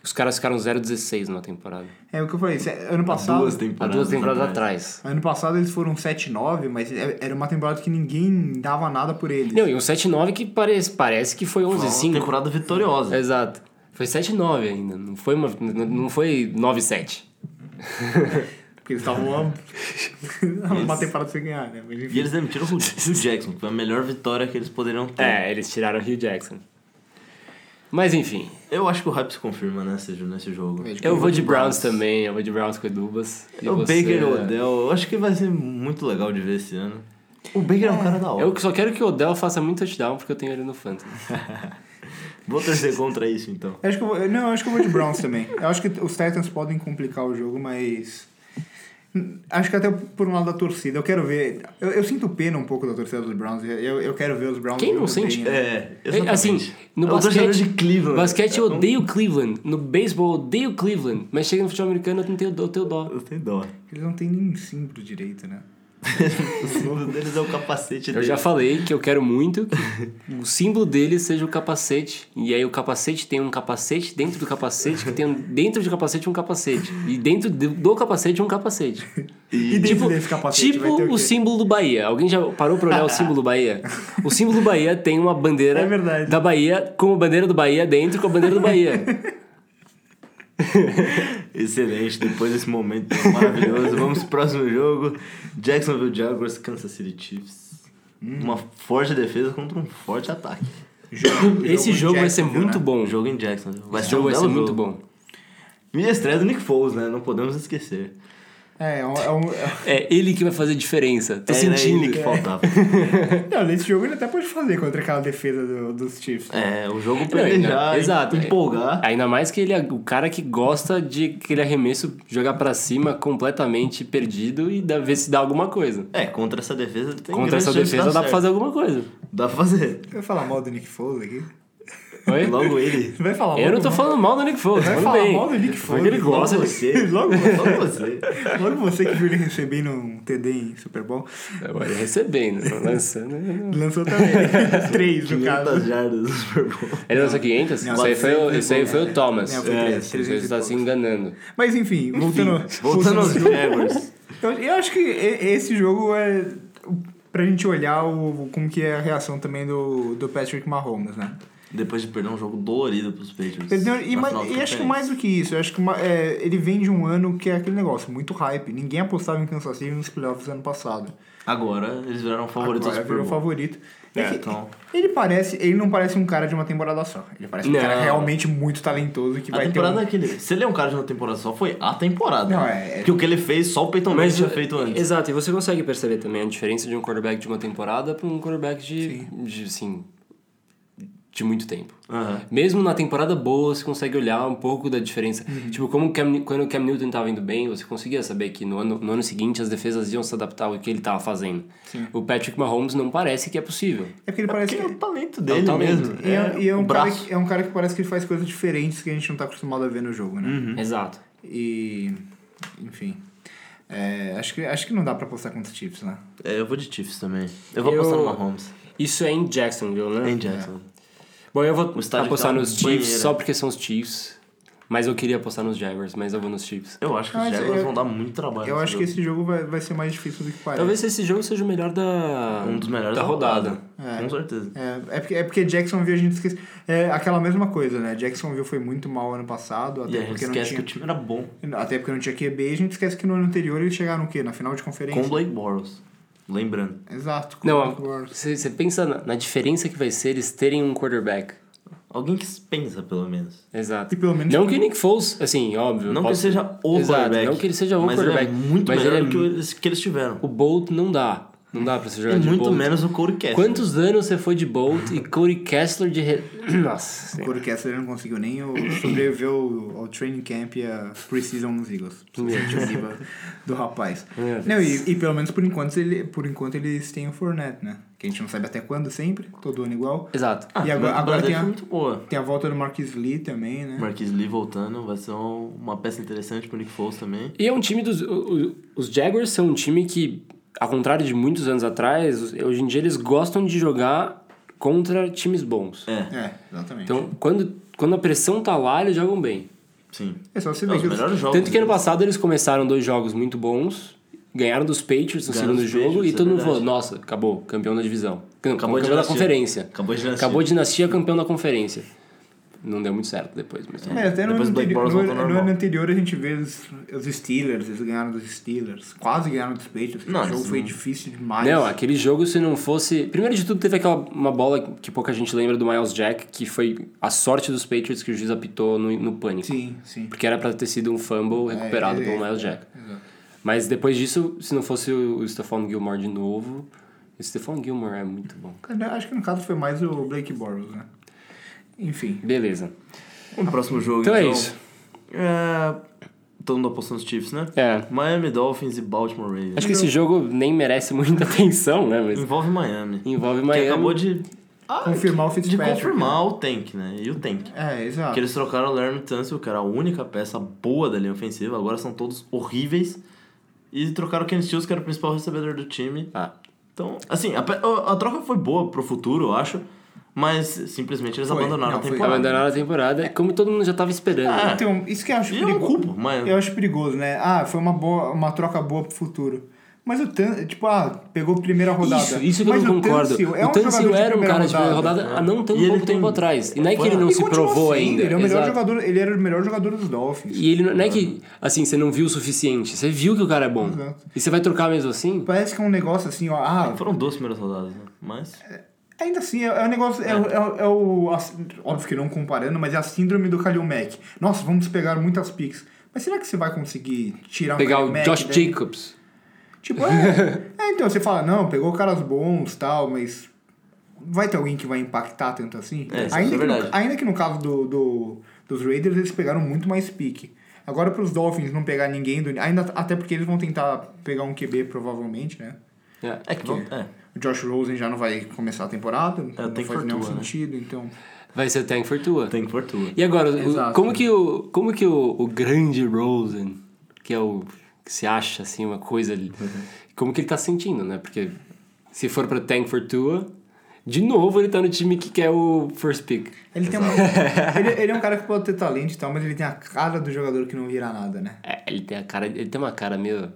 Speaker 2: Os caras ficaram 0-16 na temporada.
Speaker 1: É o que eu falei, se- ano passado.
Speaker 3: Duas
Speaker 2: Há
Speaker 3: temporadas.
Speaker 2: duas temporadas
Speaker 3: atrás.
Speaker 2: atrás.
Speaker 1: Ano passado eles foram 7-9, mas é- era uma temporada que ninguém dava nada por eles.
Speaker 2: Não, e um 7-9 que parece, parece que foi
Speaker 3: Foi uma
Speaker 2: 11-5.
Speaker 3: temporada vitoriosa.
Speaker 2: Exato. Foi 7-9 ainda, não foi, uma, n- não foi 9-7.
Speaker 1: Porque eles estavam lá- uma temporada sem ganhar, né? Mas, enfim.
Speaker 3: E eles demitiram o Hugh Jackson, que foi a melhor vitória que eles poderiam ter.
Speaker 2: É, eles tiraram o Hugh Jackson. Mas enfim,
Speaker 3: Eu acho que o hype se confirma nesse, nesse jogo.
Speaker 1: É, de
Speaker 2: eu vou de
Speaker 1: Browns.
Speaker 2: Browns também, eu vou de Browns com o Edubas. E
Speaker 3: o
Speaker 2: você-
Speaker 3: Baker e o Odell, eu acho que vai ser muito legal de ver esse ano. O Baker é um cara da hora.
Speaker 2: Eu só quero que o Odell faça muito touchdown porque eu tenho ele no Fantasy.
Speaker 3: Vou torcer contra isso, então.
Speaker 1: Eu Acho que eu vou, não, eu acho que eu vou de Browns também. Eu acho que os Titans podem complicar o jogo, mas. Acho que até por um lado da torcida. Eu quero ver. Eu, eu sinto pena um pouco da torcida dos Browns. Eu, eu quero ver os Browns.
Speaker 2: Quem não
Speaker 1: muito bem,
Speaker 2: sente?
Speaker 1: né?
Speaker 3: É,
Speaker 2: É,
Speaker 3: exatamente.
Speaker 2: Assim, no
Speaker 3: eu tô
Speaker 2: basquete,
Speaker 3: torcedor de Cleveland. É um
Speaker 2: basquete eu
Speaker 3: não-
Speaker 1: Então-
Speaker 2: odeio Cleveland, no beisebol eu odeio Cleveland, mas chega no futebol americano eu não tenho, eu tenho dó.
Speaker 3: Eu tenho dó.
Speaker 1: Eles não têm nem símbolo direito, né?
Speaker 3: O símbolo deles é o capacete
Speaker 2: Eu
Speaker 3: deles.
Speaker 2: já falei que eu quero muito que o símbolo dele seja o capacete, e aí o capacete tem um capacete dentro do capacete, que tem um, dentro de capacete um capacete, e dentro do, do capacete um capacete.
Speaker 1: E, dentro desse capacete
Speaker 2: tipo
Speaker 1: vai ter o,
Speaker 2: o,
Speaker 1: quê?
Speaker 2: símbolo do Bahia. Alguém já parou pra olhar o símbolo do Bahia? O símbolo do Bahia tem uma bandeira
Speaker 1: É verdade.
Speaker 2: da Bahia com a bandeira do Bahia dentro com a bandeira do Bahia.
Speaker 3: Excelente, depois desse momento maravilhoso, vamos pro próximo jogo. Jacksonville Jaguars, Kansas City Chiefs.
Speaker 2: Hum.
Speaker 3: Uma forte defesa contra um forte ataque.
Speaker 1: Jogo-
Speaker 2: Esse
Speaker 1: em
Speaker 2: jogo vai ser
Speaker 1: Jacksonville,
Speaker 2: muito
Speaker 1: né?
Speaker 2: bom.
Speaker 3: O jogo em Jacksonville. Vai
Speaker 2: Esse
Speaker 3: ser um
Speaker 2: jogo vai ser
Speaker 3: belo
Speaker 2: muito
Speaker 3: jogo.
Speaker 2: bom.
Speaker 3: E a estreia do Nick Foles, né? Não podemos esquecer.
Speaker 1: É, é um. é um- é-
Speaker 2: É ele que vai fazer a diferença. Tô
Speaker 3: É, era
Speaker 2: sentindo.
Speaker 3: ele que faltava.
Speaker 1: Não, nesse jogo ele até pode fazer contra aquela defesa do- dos Chiefs. né?
Speaker 3: É, o jogo
Speaker 2: Não, ainda-
Speaker 3: planejar,
Speaker 2: exato.
Speaker 3: empolgar.
Speaker 2: Ainda mais que ele é o cara que gosta de aquele arremesso jogar pra cima completamente perdido e dá- ver se dá alguma coisa.
Speaker 3: É, contra essa defesa tem
Speaker 2: Contra
Speaker 3: grande
Speaker 2: essa
Speaker 3: chance de
Speaker 2: defesa
Speaker 3: dar
Speaker 2: dá pra
Speaker 3: certo.
Speaker 2: fazer alguma coisa.
Speaker 3: Dá pra fazer.
Speaker 1: Vai falar mal do Nick Foles aqui?
Speaker 2: Oi?
Speaker 3: Logo né? ele.
Speaker 1: Vai falar mal
Speaker 2: Eu não
Speaker 1: do-
Speaker 2: tô falando mal do Nick Foles,
Speaker 1: Vai
Speaker 2: tudo
Speaker 1: falar
Speaker 2: bem.
Speaker 1: mal do Nick
Speaker 2: Foi
Speaker 1: Foles,
Speaker 2: que ele
Speaker 1: logo
Speaker 2: gosta.
Speaker 3: Logo você. Logo, logo você.
Speaker 1: Logo você que viu ele recebendo um TD em Super Bowl.
Speaker 2: Agora é recebendo, né? Tá lançando. Ele
Speaker 1: Lançou também. Três, no caso.
Speaker 3: 500 jardas do Super Bowl.
Speaker 2: lançou 500?
Speaker 1: Não,
Speaker 2: isso, aí foi o, isso aí foi o Thomas.
Speaker 1: Não, foi
Speaker 2: É,
Speaker 1: 300,
Speaker 2: você está
Speaker 1: 300
Speaker 2: se enganando.
Speaker 1: Mas enfim, voltando,
Speaker 3: Voltando aos
Speaker 1: jogo.
Speaker 3: Jaguars.
Speaker 1: Eu, eu acho que e- esse jogo é pra gente olhar o, como que é a reação também do, do Patrick Mahomes, né?
Speaker 3: Depois de perder um jogo dolorido pros Patriots.
Speaker 1: Entendeu? E,
Speaker 3: na
Speaker 1: ma-
Speaker 3: final do
Speaker 1: e acho que
Speaker 3: conferência.
Speaker 1: mais do que isso, eu acho que ma- é, ele vem de um ano que é aquele negócio, muito hype. Ninguém apostava em Kansas City nos playoffs ano passado.
Speaker 3: Agora eles viraram favoritos
Speaker 1: Agora
Speaker 3: do Super
Speaker 1: virou
Speaker 3: Bowl.
Speaker 1: favorito. É
Speaker 3: É,
Speaker 1: que
Speaker 3: então.
Speaker 1: Ele parece, ele não parece um cara de uma temporada só. Ele parece um
Speaker 2: Não.
Speaker 1: cara realmente muito talentoso que
Speaker 3: A
Speaker 1: vai
Speaker 3: temporada
Speaker 1: ter.
Speaker 3: é que ele- Se ele é um cara de uma temporada só, foi a temporada.
Speaker 1: Não, é-
Speaker 3: Que o que ele fez, só o Peyton Manning
Speaker 2: é-
Speaker 3: tinha feito antes.
Speaker 2: Exato, e você consegue perceber também a diferença de um quarterback de uma temporada para um quarterback de, de assim, de muito tempo.
Speaker 3: Aham.
Speaker 2: Mesmo na temporada boa, você consegue olhar um pouco da diferença.
Speaker 3: Uhum.
Speaker 2: Tipo, como o Cam- quando o Cam Newton tava indo bem, você conseguia saber que no ano, no ano seguinte as defesas iam se adaptar ao que ele tava fazendo. O Patrick Mahomes não parece que é possível.
Speaker 1: É porque ele parece
Speaker 3: Porque é
Speaker 1: que.
Speaker 3: o talento dele
Speaker 2: talento.
Speaker 3: mesmo.
Speaker 1: E é,
Speaker 3: é,
Speaker 1: e é
Speaker 3: o
Speaker 1: um cara
Speaker 3: braço.
Speaker 1: que, é um cara que parece que ele faz coisas diferentes que a gente não tá acostumado a ver no jogo, né?
Speaker 3: Uhum.
Speaker 2: Exato.
Speaker 1: E. Enfim. É, acho, que, acho que não dá pra postar contra os Chiefs, né?
Speaker 3: É, eu vou de Chiefs também. Eu vou
Speaker 2: Eu-
Speaker 3: apostar no Mahomes.
Speaker 2: Isso é em Jacksonville, né?
Speaker 3: Em Jackson.
Speaker 2: Bom, eu vou
Speaker 3: O estádio
Speaker 2: apostar
Speaker 3: tá
Speaker 2: nos
Speaker 3: uma
Speaker 2: Chiefs
Speaker 3: banheira.
Speaker 2: só porque são os Chiefs. Mas eu queria apostar nos Jaguars, mas eu vou nos Chiefs.
Speaker 3: Eu acho que os
Speaker 1: Mas
Speaker 3: Jaguars
Speaker 1: eu-
Speaker 3: vão dar muito trabalho.
Speaker 1: Eu
Speaker 3: nesse
Speaker 1: acho que
Speaker 3: jogo.
Speaker 1: esse jogo vai, vai ser mais difícil do que parece.
Speaker 2: Talvez esse jogo seja o melhor da,
Speaker 3: É. Um dos melhores
Speaker 2: da Tá rodada.
Speaker 3: Com certeza.
Speaker 1: É, é porque, é porque Jacksonville a gente esquece. É aquela mesma coisa, né? Jacksonville foi muito mal ano passado,
Speaker 3: E
Speaker 1: até
Speaker 3: a gente
Speaker 1: É, porque não
Speaker 3: esquece
Speaker 1: tinha.
Speaker 3: que o time era bom.
Speaker 1: Até porque não tinha QB, e a gente esquece que no ano anterior eles chegaram o quê? Na final de conferência?
Speaker 3: Com o Blake Boros. Lembrando.
Speaker 1: Exato. com
Speaker 2: Não,
Speaker 1: o Jaguars.
Speaker 2: você pensa na, na diferença que vai ser eles terem um quarterback.
Speaker 3: Alguém que pensa, pelo menos.
Speaker 2: Exato.
Speaker 1: E pelo menos-
Speaker 2: Não que o Nick Foles, assim, óbvio.
Speaker 3: Não que ele
Speaker 2: posso-
Speaker 3: seja o
Speaker 2: Exato,
Speaker 3: quarterback.
Speaker 2: Não que ele seja o
Speaker 3: mas
Speaker 2: quarterback.
Speaker 3: Ele é muito
Speaker 2: mas
Speaker 3: melhor
Speaker 2: ele é...
Speaker 3: do que eles, que eles tiveram.
Speaker 2: o Bolt não dá. Não dá pra você
Speaker 3: E
Speaker 2: jogar de
Speaker 3: É muito
Speaker 2: Bolt.
Speaker 3: menos o Corey Kessler.
Speaker 2: Quantos anos você foi de Bolt e Cody Kessler de... Re... Nossa.
Speaker 1: O Coro Kessler não conseguiu nem o- sobreviver ao, ao training camp e a preseason nos Eagles. Subjetiva do rapaz.
Speaker 2: Meu Deus.
Speaker 1: Não, e, e pelo menos por enquanto, ele, por enquanto eles têm o Fournette, né? Que a gente não sabe até quando sempre, todo ano igual.
Speaker 2: Exato.
Speaker 1: e agora,
Speaker 3: Mas Ah, o
Speaker 1: agora
Speaker 3: Brasil
Speaker 1: tem,
Speaker 3: foi
Speaker 1: a,
Speaker 3: muito boa.
Speaker 1: tem a volta do Marquis Lee também, né?
Speaker 3: Marquis Lee voltando vai ser um- uma peça interessante pro Nick Foles também.
Speaker 2: E é um time dos. o- o- Os Jaguars são um time que, ao contrário de muitos anos atrás, hoje em dia eles gostam de jogar contra times bons.
Speaker 3: É,
Speaker 1: É, exatamente.
Speaker 2: Então, quando, quando a pressão tá lá, eles jogam bem.
Speaker 3: sim.
Speaker 1: é só você
Speaker 3: É,
Speaker 1: ver
Speaker 3: os
Speaker 1: que os-
Speaker 3: melhores jogos.
Speaker 2: Tanto que ano
Speaker 3: deles.
Speaker 2: passado eles começaram dois jogos muito bons, ganharam dos Patriots no
Speaker 3: Ganharam
Speaker 2: segundo
Speaker 3: dos
Speaker 2: jogo
Speaker 3: Patriots,
Speaker 2: e todo
Speaker 3: é
Speaker 2: mundo falou:
Speaker 3: verdade.
Speaker 2: nossa, acabou, campeão da divisão. Não,
Speaker 3: Acabou a
Speaker 2: campeão da
Speaker 3: dinastia.
Speaker 2: conferência.
Speaker 3: Acabou a dinastia.
Speaker 2: Acabou a dinastia, campeão da conferência. Não deu muito certo depois, mas.
Speaker 1: É, até no,
Speaker 3: Depois
Speaker 1: ano
Speaker 3: do Blake
Speaker 1: anteri-
Speaker 3: Bortles
Speaker 1: no-
Speaker 3: voltou ao
Speaker 1: no
Speaker 3: normal.
Speaker 1: ano anterior a gente vê os, os Steelers, eles ganharam dos Steelers, quase ganharam dos Patriots,
Speaker 3: Não,
Speaker 1: o jogo
Speaker 3: isso
Speaker 1: foi
Speaker 3: não-
Speaker 1: difícil demais.
Speaker 2: Não, aquele jogo se não fosse. Primeiro de tudo, teve aquela uma bola que pouca gente lembra do Miles Jack, que foi a sorte dos Patriots que o juiz apitou no, no pânico.
Speaker 1: Sim, sim.
Speaker 2: Porque era pra ter sido um fumble recuperado
Speaker 1: é,
Speaker 2: pelo
Speaker 1: é,
Speaker 2: Miles Jack.
Speaker 1: exato.
Speaker 2: Mas depois disso, se não fosse o, o Stephon Gilmore de novo. O Stephon Gilmore é muito bom. cara.
Speaker 1: Acho que no caso foi mais o Blake Bortles, né? Enfim.
Speaker 2: Beleza.
Speaker 3: Vamos pro próximo jogo,
Speaker 2: Então
Speaker 3: então.
Speaker 2: é isso.
Speaker 3: É... Todo mundo apostando nos Chiefs, né?
Speaker 2: É.
Speaker 3: Miami Dolphins e Baltimore Ravens.
Speaker 2: Acho que esse jogo nem merece muita atenção, né? Mas
Speaker 3: Envolve é Miami.
Speaker 2: envolve
Speaker 3: Que acabou
Speaker 2: Miami.
Speaker 3: de,
Speaker 1: confirmar o
Speaker 3: de
Speaker 1: Fitzpatrick.
Speaker 3: confirmar o Tank, né? E o Tank.
Speaker 1: É, exato.
Speaker 3: Que eles trocaram o Laramie Tunsil, que era a única peça boa da linha ofensiva. Agora são todos horríveis. E trocaram o Ken Stills, que era o principal recebedor do time.
Speaker 2: Ah,
Speaker 3: Então, assim, a, pe- a- a troca foi boa pro futuro, eu acho. Mas simplesmente eles
Speaker 1: Foi.
Speaker 3: abandonaram
Speaker 1: Não,
Speaker 3: a
Speaker 1: foi.
Speaker 3: temporada.
Speaker 1: né?
Speaker 2: abandonaram a temporada, como todo mundo já tava esperando.
Speaker 3: Ah,
Speaker 1: Então, isso que eu acho
Speaker 3: E eu não
Speaker 1: perigoso.
Speaker 3: culpo, mas...
Speaker 1: Eu acho perigoso, né? Ah, foi uma, boa, uma troca boa pro futuro. Mas o Tan, tipo, ah, pegou a primeira rodada.
Speaker 2: Isso, isso que
Speaker 1: Mas
Speaker 2: eu não
Speaker 1: o
Speaker 2: concordo.
Speaker 1: Tansil é
Speaker 2: o
Speaker 1: um
Speaker 2: Tansil
Speaker 1: jogador de
Speaker 2: era um
Speaker 1: primeira
Speaker 2: cara de primeira rodada há não tão
Speaker 3: E ele
Speaker 2: pouco
Speaker 3: tem-
Speaker 2: tempo atrás. E não é que
Speaker 3: Foi,
Speaker 2: ele não
Speaker 1: E
Speaker 2: se
Speaker 1: continua
Speaker 2: provou
Speaker 1: sendo,
Speaker 2: ainda.
Speaker 1: Ele é o melhor
Speaker 2: Exato.
Speaker 1: jogador, ele era o melhor jogador dos Dolphins.
Speaker 2: E ele não não é que, assim, você não viu o suficiente. Você viu que o cara é bom.
Speaker 1: Exato.
Speaker 2: E você vai trocar mesmo assim?
Speaker 1: Parece que é um negócio assim, ó, ah,
Speaker 3: Foram duas primeiras rodadas, né? Mas...
Speaker 1: Ainda assim, é, é um negócio. É, o- é, o- é o. a sí- óbvio que não comparando, mas é a síndrome do Kalil Mack. Nossa, vamos pegar muitas picks. Mas será que você vai conseguir tirar um
Speaker 2: Pegar
Speaker 1: Khalil
Speaker 2: o
Speaker 1: Mack
Speaker 2: Josh
Speaker 1: daí?
Speaker 2: Jacobs.
Speaker 1: Tipo, é, é, Então, você fala, não, pegou caras bons tal, mas. Vai ter alguém que vai impactar tanto assim?
Speaker 3: É, isso
Speaker 1: ainda,
Speaker 3: é
Speaker 1: que no,
Speaker 3: verdade.
Speaker 1: ainda que no caso do, do- dos Raiders, eles pegaram muito mais pique. Agora, pros Dolphins não pegar ninguém, do, ainda até porque eles vão tentar pegar um QB, provavelmente, né?
Speaker 2: É.
Speaker 3: É que... É.
Speaker 1: O Josh Rosen já não vai começar a temporada, não
Speaker 3: tem
Speaker 1: faz
Speaker 3: que
Speaker 1: nenhum
Speaker 3: fortuna, né?
Speaker 1: sentido, então...
Speaker 2: Vai ser Tank Fortua.
Speaker 3: Tank Fortua.
Speaker 2: E agora, o-
Speaker 1: Exato.
Speaker 2: como que, o, como que o, o grande Rosen, que é o que se acha, assim, uma coisa ali, como que ele tá sentindo, né? Porque se for pra Tank Fortua, de novo ele tá no time que quer o first pick.
Speaker 1: Ele, tem uma- ele, ele é um cara que pode ter talento e tal, mas ele tem a cara do jogador que não vira nada, né?
Speaker 2: É, ele tem a cara, ele tem uma cara meio.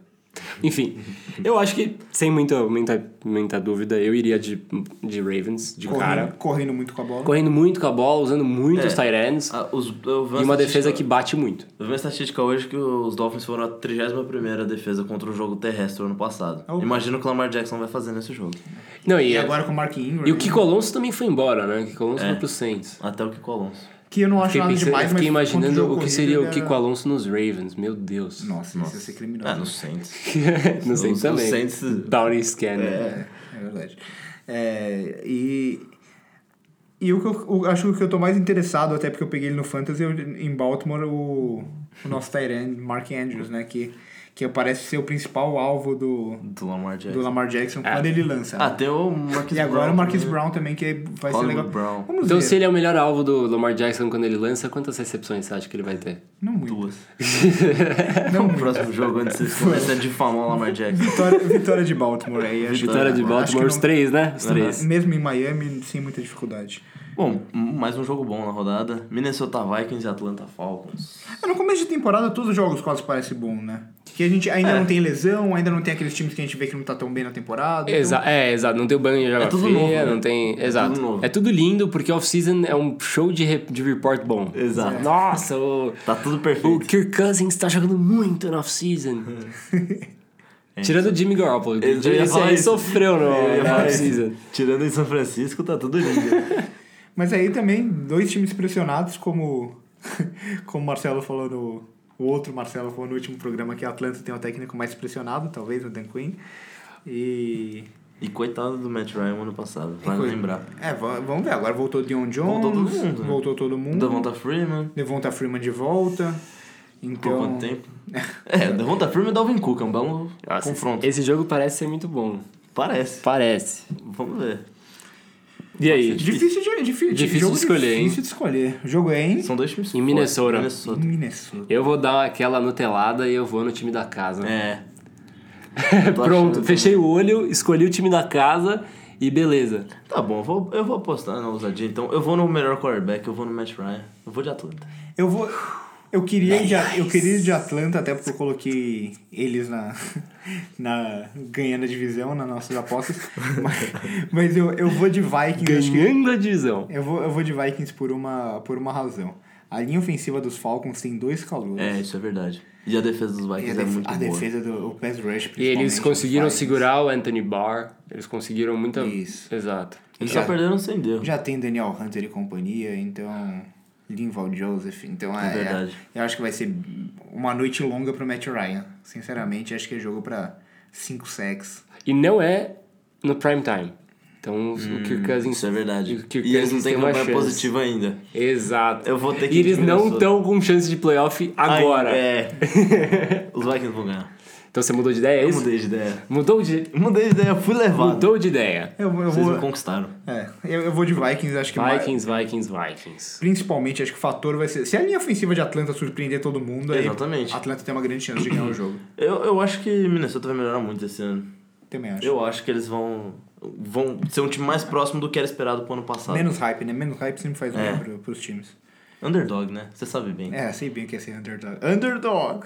Speaker 2: Enfim, eu acho que sem muita, muita, muita dúvida, eu iria de, de Ravens, de cara.
Speaker 1: Correndo, correndo muito com a bola.
Speaker 2: Correndo muito com a bola, usando muito
Speaker 3: É.
Speaker 2: os tight ends
Speaker 3: Ah, os, eu vi
Speaker 2: e uma
Speaker 3: estatística-
Speaker 2: defesa que bate muito.
Speaker 3: Eu vi uma estatística hoje que os Dolphins foram a 31 defesa contra o jogo terrestre ano passado.
Speaker 1: Oh.
Speaker 3: Imagina o que o Lamar Jackson vai fazer nesse jogo.
Speaker 2: Não, e, é,
Speaker 1: E agora com o Mark Ingram,
Speaker 2: e o Kiko Alonso também foi embora, né? O Kiko Alonso foi pro Saints.
Speaker 3: Até o Kiko Alonso.
Speaker 1: que eu não acho
Speaker 2: Fiquei,
Speaker 1: nada
Speaker 2: pensando-
Speaker 1: demais,
Speaker 2: fiquei
Speaker 1: mas contra
Speaker 2: imaginando
Speaker 1: jogo
Speaker 2: o que
Speaker 1: corrido,
Speaker 2: seria
Speaker 1: ele
Speaker 2: o
Speaker 1: é-
Speaker 2: Kiko Alonso nos Ravens, meu Deus.
Speaker 1: Nossa, isso ia ser criminoso.
Speaker 3: Ah, no Saints.
Speaker 2: Não sei
Speaker 3: Os- os
Speaker 2: também.
Speaker 3: Saints-
Speaker 2: É. Downing Scanner.
Speaker 1: É, é verdade. É, e... E o que eu, o- acho que o que eu tô mais interessado, até porque eu peguei ele no Fantasy, eu- em Baltimore, o, o nosso Tyrant, Mark Andrews, né? Que, que parece ser o principal alvo do,
Speaker 3: Do Lamar Jackson.
Speaker 1: do Lamar Jackson
Speaker 2: É.
Speaker 1: quando ele lança.
Speaker 3: Ah, tem o Marcus
Speaker 1: e agora é
Speaker 3: Brown né?
Speaker 1: o Marquis
Speaker 3: também.
Speaker 1: Brown também, que é, vai ser
Speaker 3: Hollywood
Speaker 1: legal.
Speaker 3: Brown.
Speaker 1: Vamos
Speaker 2: Então,
Speaker 1: ver.
Speaker 2: se ele é o melhor alvo do Lamar Jackson quando ele lança, quantas recepções você acha que ele vai ter?
Speaker 1: Não muito.
Speaker 3: Duas.
Speaker 1: Não
Speaker 3: No
Speaker 1: muito.
Speaker 3: próximo jogo, antes de vocês começarem a difamar o Lamar Jackson.
Speaker 1: Vitória, vitória de Baltimore aí. acho que-
Speaker 2: Vitória de
Speaker 1: Ah, acho
Speaker 2: Baltimore,
Speaker 1: que
Speaker 2: os três, né? Os três.
Speaker 1: não- Mesmo em Miami, sem muita dificuldade.
Speaker 3: Bom, m- mais um jogo bom na rodada. Minnesota Vikings e Atlanta Falcons.
Speaker 1: É, No começo de temporada, todos os jogos quase parecem bom, né? Que a gente ainda
Speaker 3: É.
Speaker 1: não tem lesão, ainda não tem aqueles times que a gente vê que não tá tão bem na temporada. então-
Speaker 2: Exa é, exato. Não tem o banho de água
Speaker 3: É tudo
Speaker 2: fria,
Speaker 3: novo, né?
Speaker 2: não tem... Exato.
Speaker 3: tudo novo.
Speaker 2: É tudo lindo, porque off-season é um show de, re- de report bom.
Speaker 3: Exato.
Speaker 2: Nossa, o...
Speaker 3: Tá tudo
Speaker 2: O
Speaker 3: perfeito.
Speaker 2: Kirk Cousins tá jogando muito no off-season. Tirando o Jimmy Garoppolo. que
Speaker 3: Eu
Speaker 2: Esse
Speaker 3: ia falar
Speaker 2: aí
Speaker 3: isso.
Speaker 2: sofreu
Speaker 3: Eu
Speaker 2: no
Speaker 3: ia
Speaker 2: na
Speaker 3: falar
Speaker 2: off-season.
Speaker 3: isso. Tirando em São Francisco, tá tudo lindo.
Speaker 1: Mas aí também, dois times pressionados, como, como o Marcelo falou no. O outro Marcelo falou no último programa que a Atlanta tem um técnico mais pressionado, talvez, o Dan Quinn. E.
Speaker 3: e coitado do Matt Ryan ano passado, vai
Speaker 1: Coisa-
Speaker 3: lembrar.
Speaker 1: É, va- vamos ver. Agora voltou o Dion Jones.
Speaker 3: Voltou todo mundo, né?
Speaker 1: Voltou todo mundo.
Speaker 3: Devonta Freeman,
Speaker 1: Devonta Freeman de volta.
Speaker 3: por
Speaker 1: Então.
Speaker 3: quanto tempo? É, Devonta Freeman e Dalvin Cook, é um belo
Speaker 1: Ah,
Speaker 2: Nossa,
Speaker 3: confronto.
Speaker 2: Esse jogo parece ser muito bom.
Speaker 3: Parece.
Speaker 2: Parece.
Speaker 3: Vamos ver.
Speaker 2: E aí?
Speaker 1: Difícil de, difícil,
Speaker 2: Difícil
Speaker 1: jogo
Speaker 2: de escolher, hein?
Speaker 1: Difícil de escolher. O jogo é em
Speaker 3: São dois times
Speaker 2: Em Minnesota.
Speaker 3: fortes. Minnesota.
Speaker 1: Minnesota.
Speaker 2: Eu vou dar aquela nutelada e eu vou no time da casa.
Speaker 3: É. Tô
Speaker 2: Pronto,
Speaker 3: achando
Speaker 2: fechei o olho, escolhi o time da casa e beleza.
Speaker 3: também. Tá bom, eu vou, eu vou apostar na ousadia. Então, eu vou no melhor quarterback, eu vou no Matt Ryan. Eu vou de Atlanta.
Speaker 1: Eu vou. Eu queria, ir de, eu queria ir de Atlanta, até porque eu coloquei eles na, na ganhando a divisão nas nossas apostas. Mas, mas eu, eu vou de Vikings. acho que-
Speaker 2: Ganhando a divisão.
Speaker 1: eu, vou, eu vou de Vikings por uma, por uma razão. A linha ofensiva dos Falcons tem dois calouros.
Speaker 3: É, isso é verdade. E a defesa dos
Speaker 1: E a,
Speaker 3: Vikings é
Speaker 1: def-
Speaker 3: muito
Speaker 1: a
Speaker 3: boa.
Speaker 1: defesa do o pass rush,
Speaker 2: E eles
Speaker 1: principalmente,
Speaker 2: conseguiram
Speaker 1: dos Vikings.
Speaker 2: segurar o Anthony Barr. Eles conseguiram muita.
Speaker 1: Isso.
Speaker 2: Exato.
Speaker 3: Eles
Speaker 1: Já-
Speaker 3: só perderam sem Deus.
Speaker 1: Já tem Daniel Hunter e companhia, então. Linval Joseph, então é.
Speaker 3: verdade.
Speaker 1: Eu acho que vai ser uma noite longa pro Matt Ryan. Sinceramente, acho que é jogo pra 5 sacks.
Speaker 2: E não é no prime time. Então os- o Kirk Cousins.
Speaker 3: Isso é verdade.
Speaker 2: O Kirk
Speaker 3: E eles não
Speaker 2: Cousins
Speaker 3: têm
Speaker 2: tem uma
Speaker 3: campanha
Speaker 2: chance.
Speaker 3: positiva ainda.
Speaker 2: Exato.
Speaker 3: Eu vou ter que
Speaker 2: e
Speaker 3: ir de
Speaker 2: eles não
Speaker 3: Minnesota.
Speaker 2: estão com chance de playoff agora.
Speaker 3: Ai, é. Os Vikings vão ganhar.
Speaker 2: Então você mudou de ideia? É
Speaker 3: Eu
Speaker 2: isso?
Speaker 3: mudei de ideia.
Speaker 2: Mudou de.
Speaker 3: Mudei de ideia, eu fui levado.
Speaker 2: Mudou de ideia.
Speaker 1: Eu, eu
Speaker 3: Vocês me
Speaker 1: vou.
Speaker 3: conquistaram.
Speaker 1: É, eu, eu vou de Vikings, acho que mais-
Speaker 2: Vikings, Vikings, Vikings.
Speaker 1: Principalmente, acho que o fator vai ser. Se a linha ofensiva de Atlanta surpreender todo mundo, aí
Speaker 3: Exatamente.
Speaker 1: Atlanta tem uma grande chance de ganhar o jogo.
Speaker 3: Eu, eu acho que Minnesota vai melhorar muito esse ano.
Speaker 1: Também acho.
Speaker 3: Eu acho que eles vão, vão ser um time mais próximo do que era esperado pro ano passado.
Speaker 1: Menos hype, né? Menos hype sempre faz
Speaker 3: É.
Speaker 1: bem pro, pros times.
Speaker 3: Underdog, né? Você sabe bem.
Speaker 1: É, sei bem que é ser underdog. Underdog!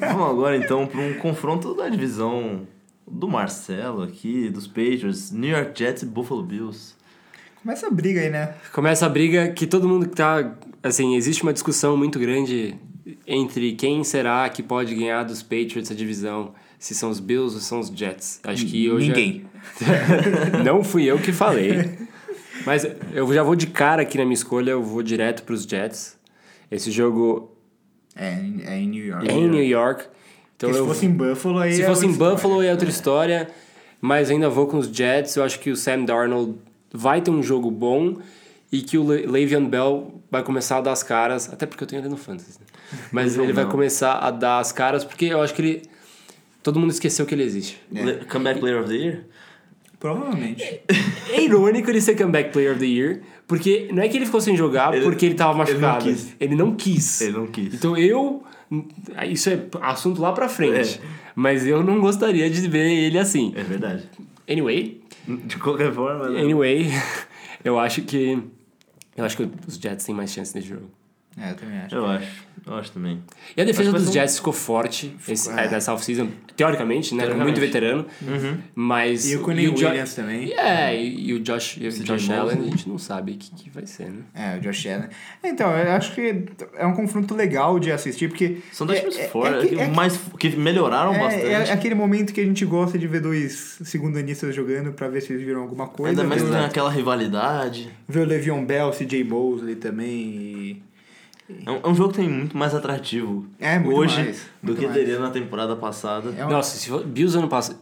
Speaker 3: Vamos agora então para um confronto da divisão do Marcelo aqui, dos Patriots, New York Jets e Buffalo Bills.
Speaker 1: Começa a briga aí, né?
Speaker 2: Começa a briga que todo mundo que tá. Assim, existe uma discussão muito grande entre quem será que pode ganhar dos Patriots a divisão. Se são os Bills ou são os Jets. Acho que hoje. é-
Speaker 1: Ninguém.
Speaker 2: Não fui eu que falei. Mas eu já vou de cara aqui na minha escolha, eu vou direto pros Jets. Esse jogo
Speaker 1: É, é em New York.
Speaker 2: é em New York. Então
Speaker 1: Porque se
Speaker 2: eu-
Speaker 1: fosse em Buffalo, aí.
Speaker 2: se
Speaker 1: é
Speaker 2: fosse em
Speaker 1: outra
Speaker 2: Buffalo
Speaker 1: história.
Speaker 2: é outra história, mas ainda vou com os Jets. Eu acho que o Sam Darnold vai ter um jogo bom e que o Le Le'Veon Bell vai começar a dar as caras, até porque eu tenho ele no fantasy. né? Mas ele vai
Speaker 3: Bell.
Speaker 2: começar a dar as caras porque eu acho que ele todo mundo esqueceu que ele existe.
Speaker 1: É.
Speaker 3: Le- Comeback Player of the Year?
Speaker 1: Provavelmente.
Speaker 2: É irônico ele ser comeback player of the year, porque não é que ele ficou sem jogar
Speaker 3: Ele-
Speaker 2: porque ele tava
Speaker 3: ele não
Speaker 2: machucado. Ele não
Speaker 3: quis.
Speaker 2: quis.
Speaker 3: Ele não quis.
Speaker 2: Então eu. Isso é assunto lá pra frente. Mas eu não gostaria de ver ele assim.
Speaker 3: É verdade.
Speaker 2: Anyway,
Speaker 3: De qualquer forma, né?
Speaker 2: anyway, eu acho que. Eu acho que os Jets têm mais chance nesse jogo.
Speaker 1: É, eu também acho.
Speaker 3: Eu acho. Eu acho também.
Speaker 2: E a defesa
Speaker 3: Acho que vai
Speaker 2: dos
Speaker 3: ser um-
Speaker 2: Jets ficou forte esse, é, nessa off-season, teoricamente, né? Muito
Speaker 3: Teoricamente. Uhum.
Speaker 2: veterano. Mas.
Speaker 1: E o Quinn
Speaker 2: Jo-
Speaker 1: Williams também.
Speaker 2: É, e, e o Josh, e o
Speaker 3: CJ
Speaker 2: Josh
Speaker 3: Mosley.
Speaker 2: Allen, a gente não sabe o que, que vai ser, né?
Speaker 1: É, o Josh Allen. Então, eu acho que é um confronto legal de assistir, porque.
Speaker 3: São dois
Speaker 1: é,
Speaker 3: times
Speaker 1: é-
Speaker 3: fora,
Speaker 1: é
Speaker 3: que,
Speaker 1: que- é que-
Speaker 3: mais, que melhoraram
Speaker 1: é-
Speaker 3: bastante.
Speaker 1: é aquele momento que a gente gosta de ver dois segundanistas jogando pra ver se eles viram alguma coisa.
Speaker 3: Ainda mais
Speaker 1: ver, o-
Speaker 3: naquela aquela rivalidade.
Speaker 1: ver o Le'Veon Bell, CJ Bowles ali também. E...
Speaker 3: É um, é um jogo que tem muito mais atrativo
Speaker 1: É, muito
Speaker 3: hoje
Speaker 1: mais,
Speaker 3: do
Speaker 1: muito
Speaker 3: que
Speaker 1: mais.
Speaker 3: teria na temporada passada.
Speaker 1: É um-
Speaker 2: Nossa, se for Bills ano passado.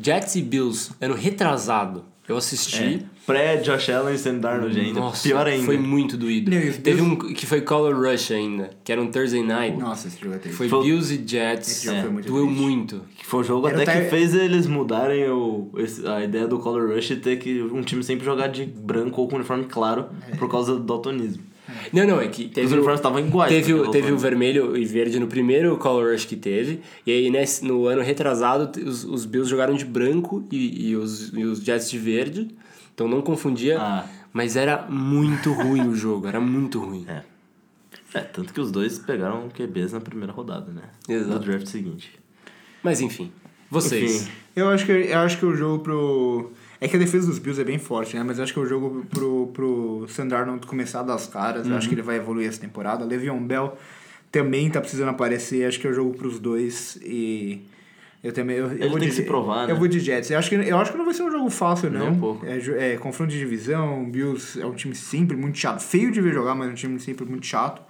Speaker 2: Jets e Bills ano retrasado. Eu
Speaker 1: um
Speaker 2: assisti.
Speaker 3: É, Pré-Josh Allen e Sam Darnold ainda.
Speaker 2: Nossa,
Speaker 3: É, Pior ainda.
Speaker 2: foi muito doído.
Speaker 1: Meu,
Speaker 2: Teve
Speaker 1: Deus-
Speaker 2: um que foi Color Rush ainda, que era um Thursday Night.
Speaker 1: Nossa, esse jogo é triste.
Speaker 2: Foi
Speaker 3: Foi-
Speaker 2: Bills e Jets.
Speaker 1: Esse jogo
Speaker 3: é,
Speaker 1: foi muito
Speaker 2: Doeu
Speaker 1: triste.
Speaker 2: muito.
Speaker 3: Que foi o jogo
Speaker 1: Era
Speaker 3: até
Speaker 1: até-
Speaker 3: que fez eles mudarem o, esse- a ideia do Color Rush e ter que um time sempre jogar de branco ou com uniforme claro por causa do daltonismo.
Speaker 2: Não, não, é que
Speaker 3: Os
Speaker 2: teve, o-
Speaker 3: uniformes estavam iguais.
Speaker 2: teve,
Speaker 3: né,
Speaker 2: o,
Speaker 3: pelo
Speaker 2: teve o
Speaker 3: daltonismo.
Speaker 2: vermelho e verde no primeiro Color Rush que teve. E aí nesse, no ano retrasado, t- os, os Bills jogaram de branco e, e os, e os Jets de verde. Então não confundia.
Speaker 3: Ah.
Speaker 2: Mas era muito ruim o jogo, era muito ruim.
Speaker 3: É. É, tanto que os dois pegaram QBs na primeira rodada, né?
Speaker 2: Exato.
Speaker 3: No draft seguinte.
Speaker 2: Mas enfim, vocês.
Speaker 3: Enfim.
Speaker 1: Eu acho que, eu acho que o jogo pro. É que a defesa dos Bills é bem forte, né? Mas eu acho que o jogo pro, pro Sam Darnold começar a dar as caras. Eu acho que
Speaker 3: Uhum.
Speaker 1: ele vai evoluir essa temporada. Le'Veon Bell também tá precisando aparecer. Acho que é o jogo pros dois. E. Eu também. Eu, eu
Speaker 3: Ele
Speaker 1: vou
Speaker 3: tem
Speaker 1: de
Speaker 3: que se
Speaker 1: Je-
Speaker 3: provar, né?
Speaker 1: Eu vou de Jets. Eu acho, que, eu acho que não vai ser um jogo fácil,
Speaker 3: Nem
Speaker 1: não.
Speaker 3: um pouco.
Speaker 1: É, ju- é confronto de divisão. Bills é um time sempre muito chato. Feio de ver jogar, mas é um time sempre muito chato.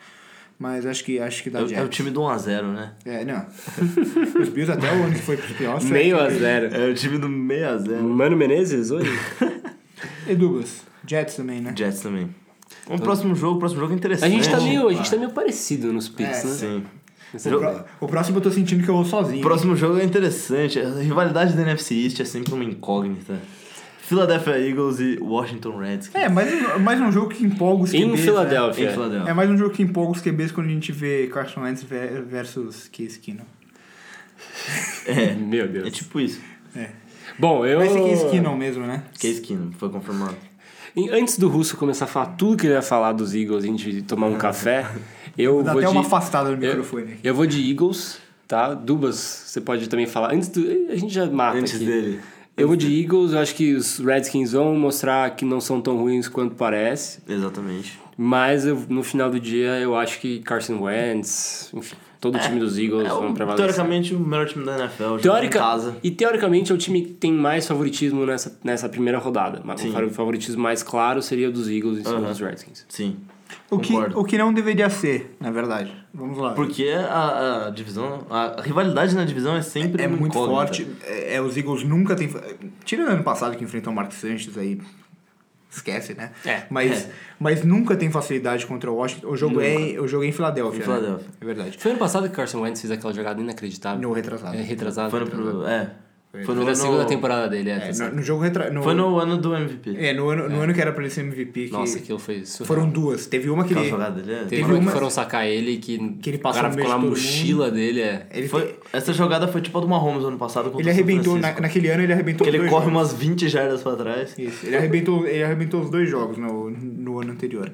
Speaker 1: Mas acho que, acho que dá
Speaker 3: É, o-
Speaker 1: Jets.
Speaker 3: é o time do 1x0, né?
Speaker 1: É, não. Os Bills até o ano que foi pros playoffs.
Speaker 2: Meio a zero.
Speaker 3: É o time do 6x0.
Speaker 2: Mano Menezes hoje?
Speaker 1: E Douglas, Jets também, né?
Speaker 3: Jets também. Vamos pro próximo jogo, o próximo jogo é
Speaker 2: Então A
Speaker 3: interessante.
Speaker 2: gente tá meio, a gente tá meio parecido nos picks,
Speaker 1: É,
Speaker 2: né?
Speaker 3: Sim.
Speaker 2: Essa
Speaker 1: O
Speaker 2: é a
Speaker 1: pró-
Speaker 2: ideia.
Speaker 1: O próximo eu tô sentindo que eu vou sozinho.
Speaker 3: O próximo jogo é interessante. A rivalidade da NFC East é sempre uma incógnita. Philadelphia Eagles e Washington Redskins.
Speaker 1: É, mais um, mais um jogo que empolga os QBs.
Speaker 2: Em
Speaker 1: né?
Speaker 2: Filadélfia.
Speaker 3: Em Philadelphia.
Speaker 1: É mais um jogo que empolga os QBs quando a gente vê Carson Wentz ve- versus Case Keenum.
Speaker 3: É.
Speaker 2: Meu
Speaker 3: É
Speaker 2: Deus.
Speaker 3: tipo isso.
Speaker 1: É.
Speaker 2: Bom, eu.
Speaker 1: Vai ser Case Keenum mesmo, né?
Speaker 3: Case Keenum é foi confirmado.
Speaker 2: E Antes do Russo começar a falar tudo que ele ia falar dos Eagles e a gente tomar um café, eu
Speaker 1: Vou dar
Speaker 2: vou
Speaker 1: É. até
Speaker 2: de...
Speaker 1: uma afastada no
Speaker 2: eu-
Speaker 1: microfone aqui.
Speaker 2: Eu vou de Eagles, tá? Dubas, você pode também falar. Antes do... A gente já
Speaker 1: Ah, tá
Speaker 2: mata
Speaker 3: Antes
Speaker 2: aqui.
Speaker 3: dele.
Speaker 2: Eu vou de Eagles, eu acho que os Redskins vão mostrar que não são tão ruins quanto parece,
Speaker 3: Exatamente.
Speaker 2: mas eu- no final do dia eu acho que Carson Wentz, enfim, todo o time dos Eagles
Speaker 3: É
Speaker 2: vão
Speaker 3: o,
Speaker 2: prevalecer.
Speaker 3: teoricamente o melhor time da NFL. Teórica... em
Speaker 2: Teórica,
Speaker 3: casa.
Speaker 2: E teoricamente é o time que tem mais favoritismo nessa, nessa primeira rodada. Mas
Speaker 3: Sim.
Speaker 2: O favoritismo mais claro seria o dos Eagles em cima dos Redskins.
Speaker 3: Sim.
Speaker 1: O que,
Speaker 3: concordo.
Speaker 1: o que não deveria ser, na verdade. Vamos lá.
Speaker 3: Porque a, a divisão, a rivalidade na divisão é sempre né?
Speaker 1: é
Speaker 3: uma
Speaker 1: muito
Speaker 3: incógnita.
Speaker 1: forte. É, é, os Eagles nunca tem. Tirando ano passado que enfrentou o Mark Sanchez aí. Esquece, né?
Speaker 2: É,
Speaker 1: Mas, mas nunca tem facilidade contra o Washington. O jogo, é, em- o jogo é em Filadélfia.
Speaker 3: Em
Speaker 1: né?
Speaker 3: Filadélfia.
Speaker 1: É verdade.
Speaker 2: Foi ano passado que Carson Wentz fez aquela jogada inacreditável.
Speaker 1: No retrasado.
Speaker 2: É, retrasado.
Speaker 3: Foi no,
Speaker 2: retrasado.
Speaker 3: pro- é. Foi
Speaker 2: Foi
Speaker 3: no,
Speaker 2: na
Speaker 3: ano,
Speaker 2: segunda temporada dele, é. tá
Speaker 1: É,
Speaker 2: certo.
Speaker 1: no, no jogo retra... no,
Speaker 3: Foi no ano do MVP.
Speaker 1: É, no ano, no ano que era pra ele ser MVP. Que
Speaker 2: Nossa, aquilo foi surreal.
Speaker 1: Foram duas. Teve uma que
Speaker 3: Aquela
Speaker 1: ele.
Speaker 3: jogada dele é-
Speaker 2: Teve
Speaker 1: teve
Speaker 2: uma que
Speaker 1: uma-
Speaker 2: foram sacar ele que,
Speaker 1: Que ele passou
Speaker 2: o cara
Speaker 1: no
Speaker 2: ficou
Speaker 1: meio
Speaker 2: na
Speaker 1: de todo
Speaker 2: mochila dele. É.
Speaker 1: Ele,
Speaker 3: Foi-
Speaker 1: te-
Speaker 3: essa jogada foi tipo a do Mahomes ano passado contra
Speaker 1: ele
Speaker 3: o São
Speaker 1: arrebentou. na-
Speaker 3: Francisco.
Speaker 1: naquele ano ele arrebentou.
Speaker 3: Que
Speaker 1: os
Speaker 3: ele
Speaker 1: dois
Speaker 3: corre
Speaker 1: jogos.
Speaker 3: umas 20 jardas pra trás.
Speaker 1: Isso, ele arrebentou, ele arrebentou os dois jogos no, no ano anterior.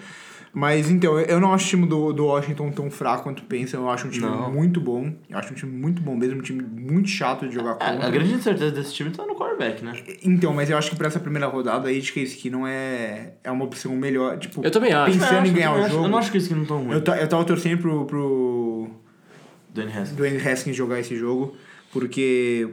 Speaker 1: Mas então, eu não acho o time do, do Washington tão fraco quanto pensa. Eu acho um time
Speaker 3: Não.
Speaker 1: muito bom. Eu acho um time muito bom mesmo, um time muito chato de jogar
Speaker 3: A, É, a
Speaker 1: contra.
Speaker 3: grande incerteza desse time tá no quarterback, né?
Speaker 1: Então, mas eu acho que pra essa primeira rodada aí de Case que não é, é uma opção melhor. Tipo,
Speaker 2: Eu também acho.
Speaker 3: Eu
Speaker 1: pensando
Speaker 3: acho-
Speaker 1: em ganhar
Speaker 3: eu
Speaker 1: o
Speaker 3: acho-
Speaker 1: jogo.
Speaker 3: Eu não acho que é eles que não tão ruim.
Speaker 1: Eu, ta- eu tava torcendo pro, pro
Speaker 3: Dwayne Haskins.
Speaker 1: Dwayne Haskins jogar esse jogo, porque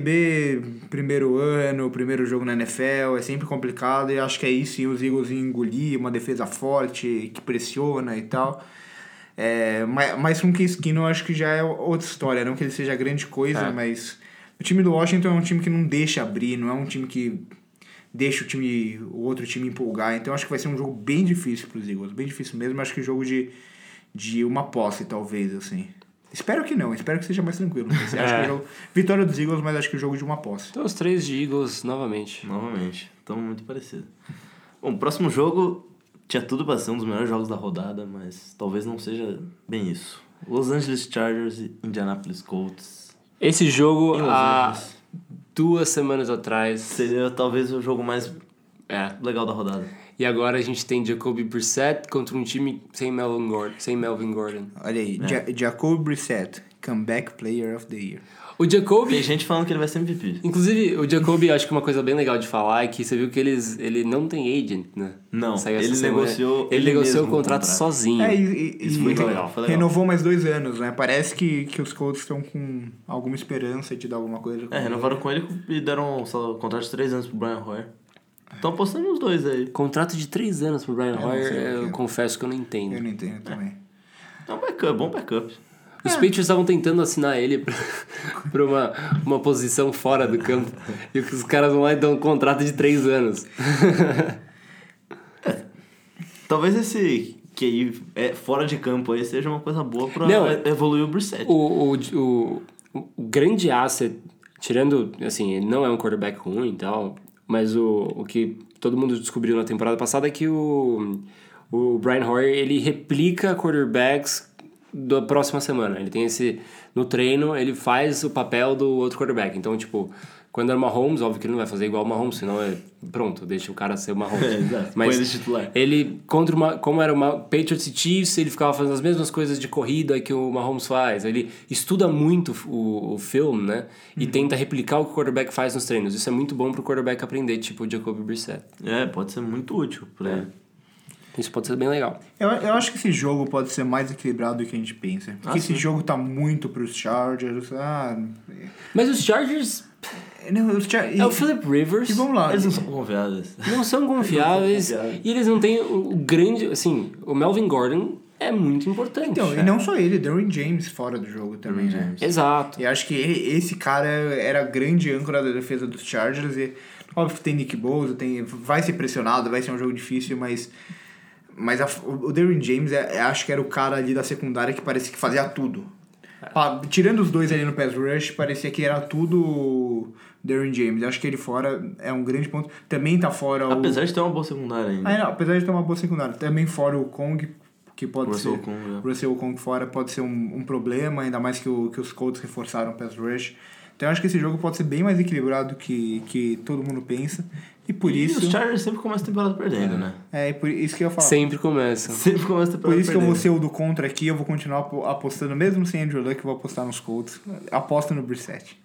Speaker 1: QB, primeiro ano, primeiro jogo na NFL, é sempre complicado e acho que é isso, e os Eagles iam engolir uma defesa forte, que pressiona e tal. É, mas, mas com o Kiskino eu acho que já é outra história, não que ele seja grande coisa,
Speaker 2: É.
Speaker 1: mas o time do Washington é um time que não deixa abrir, não é um time que deixa o time o outro time empolgar. Então acho que vai ser um jogo bem difícil para os Eagles, bem difícil mesmo. Acho que jogo de, de uma posse talvez assim. Espero que não, espero que seja mais tranquilo. mas acho
Speaker 3: É.
Speaker 1: que o jogo- vitória dos Eagles, mas acho que o jogo de uma posse.
Speaker 2: Então os três de Eagles novamente.
Speaker 3: Novamente. Tamo muito parecido. Bom, o próximo jogo tinha tudo pra ser um dos melhores jogos da rodada, mas talvez não seja bem isso. Los Angeles Chargers e Indianapolis Colts.
Speaker 2: Esse jogo
Speaker 3: Em Los
Speaker 2: há
Speaker 3: Angeles.
Speaker 2: duas semanas atrás.
Speaker 3: Seria talvez o jogo mais
Speaker 2: É.
Speaker 3: legal da rodada.
Speaker 2: E agora a gente tem Jacoby Brissett contra um time sem Melvin Gordon. Sem Melvin Gordon.
Speaker 1: Olha aí,
Speaker 3: É.
Speaker 1: Ja- Jacob Brissett, comeback player of the year.
Speaker 2: O Jacoby
Speaker 3: Tem gente falando que ele vai ser MVP.
Speaker 2: Inclusive, o Jacoby, acho que uma coisa bem legal de falar é que você viu que eles, ele não tem agent, né?
Speaker 3: Não,
Speaker 2: Saiu essa
Speaker 3: ele
Speaker 2: semana.
Speaker 3: negociou
Speaker 2: Ele,
Speaker 3: ele
Speaker 2: negociou o
Speaker 3: mesmo o
Speaker 2: contrato,
Speaker 3: contrato.
Speaker 2: sozinho.
Speaker 1: É, e, e-
Speaker 3: Isso
Speaker 1: e
Speaker 3: foi legal, foi legal.
Speaker 1: Renovou mais dois anos, né? Parece que, que os Colts estão com alguma esperança de dar alguma coisa.
Speaker 3: É, renovaram com ele e deram só, um contrato de 3 anos pro Brian Hoyer. Estão apostando nos dois aí.
Speaker 2: Contrato de três anos pro Brian
Speaker 1: não
Speaker 2: Hoyer,
Speaker 1: sei o que
Speaker 2: eu
Speaker 1: é.
Speaker 2: confesso que eu não entendo.
Speaker 1: Eu não entendo também.
Speaker 3: É um backup, bom backup.
Speaker 2: Os Patriots estavam tentando assinar ele pra, pra uma, uma posição fora do campo. E os caras vão lá e dão um contrato de três anos.
Speaker 3: Talvez esse QI é, fora de campo aí seja uma coisa boa pra
Speaker 2: Não,
Speaker 1: é-
Speaker 3: e- evoluir o Brissett.
Speaker 2: O, o, o, o grande asset, tirando, assim, ele não é um quarterback ruim e tal, mas o, o que todo mundo descobriu na temporada passada é que o, o Brian Hoyer, ele replica quarterbacks da próxima semana. Ele tem esse... No treino, ele faz o papel do outro quarterback. Então, tipo... Quando era o Mahomes, óbvio que ele não vai fazer igual o Mahomes, senão é pronto, deixa o cara ser o Mahomes.
Speaker 3: É, exato. Põe ele titular.
Speaker 2: Ele, contra uma, como era uma Patriots e Chiefs, ele ficava fazendo as mesmas coisas de corrida que o Mahomes faz. Ele estuda muito o, o filme, né? E tenta replicar o que o quarterback faz nos treinos. Isso é muito bom pro quarterback aprender, tipo o Jacoby Brissett.
Speaker 3: É, pode ser muito útil pra ele.
Speaker 2: Isso pode ser bem legal.
Speaker 1: Eu, eu acho que esse jogo pode ser mais equilibrado do que a gente pensa. Porque
Speaker 3: Ah,
Speaker 1: esse jogo tá muito pros Chargers. Ah,
Speaker 2: Mas os Chargers...
Speaker 1: é- não, os Char- e,
Speaker 2: É o É Philip Rivers.
Speaker 1: e vamos lá.
Speaker 3: Eles não são confiáveis.
Speaker 2: Não são confiáveis.
Speaker 3: confiáveis.
Speaker 2: e eles não têm o o grande... Assim, o Melvin Gordon é muito importante.
Speaker 1: Então, e não só ele, Darren James fora do jogo também, né?
Speaker 2: Exato.
Speaker 1: Eu acho que ele- esse cara era a grande âncora da defesa dos Chargers e óbvio que tem Nick Bosa, tem vai ser pressionado, vai ser um jogo difícil, mas mas a- o Darren James é, é- acho que era o cara ali da secundária que parecia que fazia tudo. Pa- tirando os dois ali no pass rush, parecia que era tudo o Darren James. Acho que ele fora é um grande ponto. Também tá fora o
Speaker 3: Apesar de ter uma boa secundária ainda.
Speaker 1: ah, não, apesar de ter uma boa secundária. Também fora o Kong, que pode
Speaker 3: Russell
Speaker 1: ser.
Speaker 3: Kong, é.
Speaker 1: Russell Kong fora pode ser um, um problema, ainda mais que, o, que os Colts reforçaram o pass rush. Então eu acho que esse jogo pode ser bem mais equilibrado que, que todo mundo pensa. E por
Speaker 3: e
Speaker 1: isso.
Speaker 3: os Chargers sempre começam a temporada perdendo, né?
Speaker 1: É, e por isso que eu ia falar.
Speaker 2: Sempre começam.
Speaker 3: Sempre começam a temporada
Speaker 1: Por isso que eu
Speaker 3: perdendo.
Speaker 1: vou ser o do contra aqui, eu vou continuar apo- apostando, mesmo sem Andrew Luck, eu vou apostar nos Colts. Aposta no Brissette.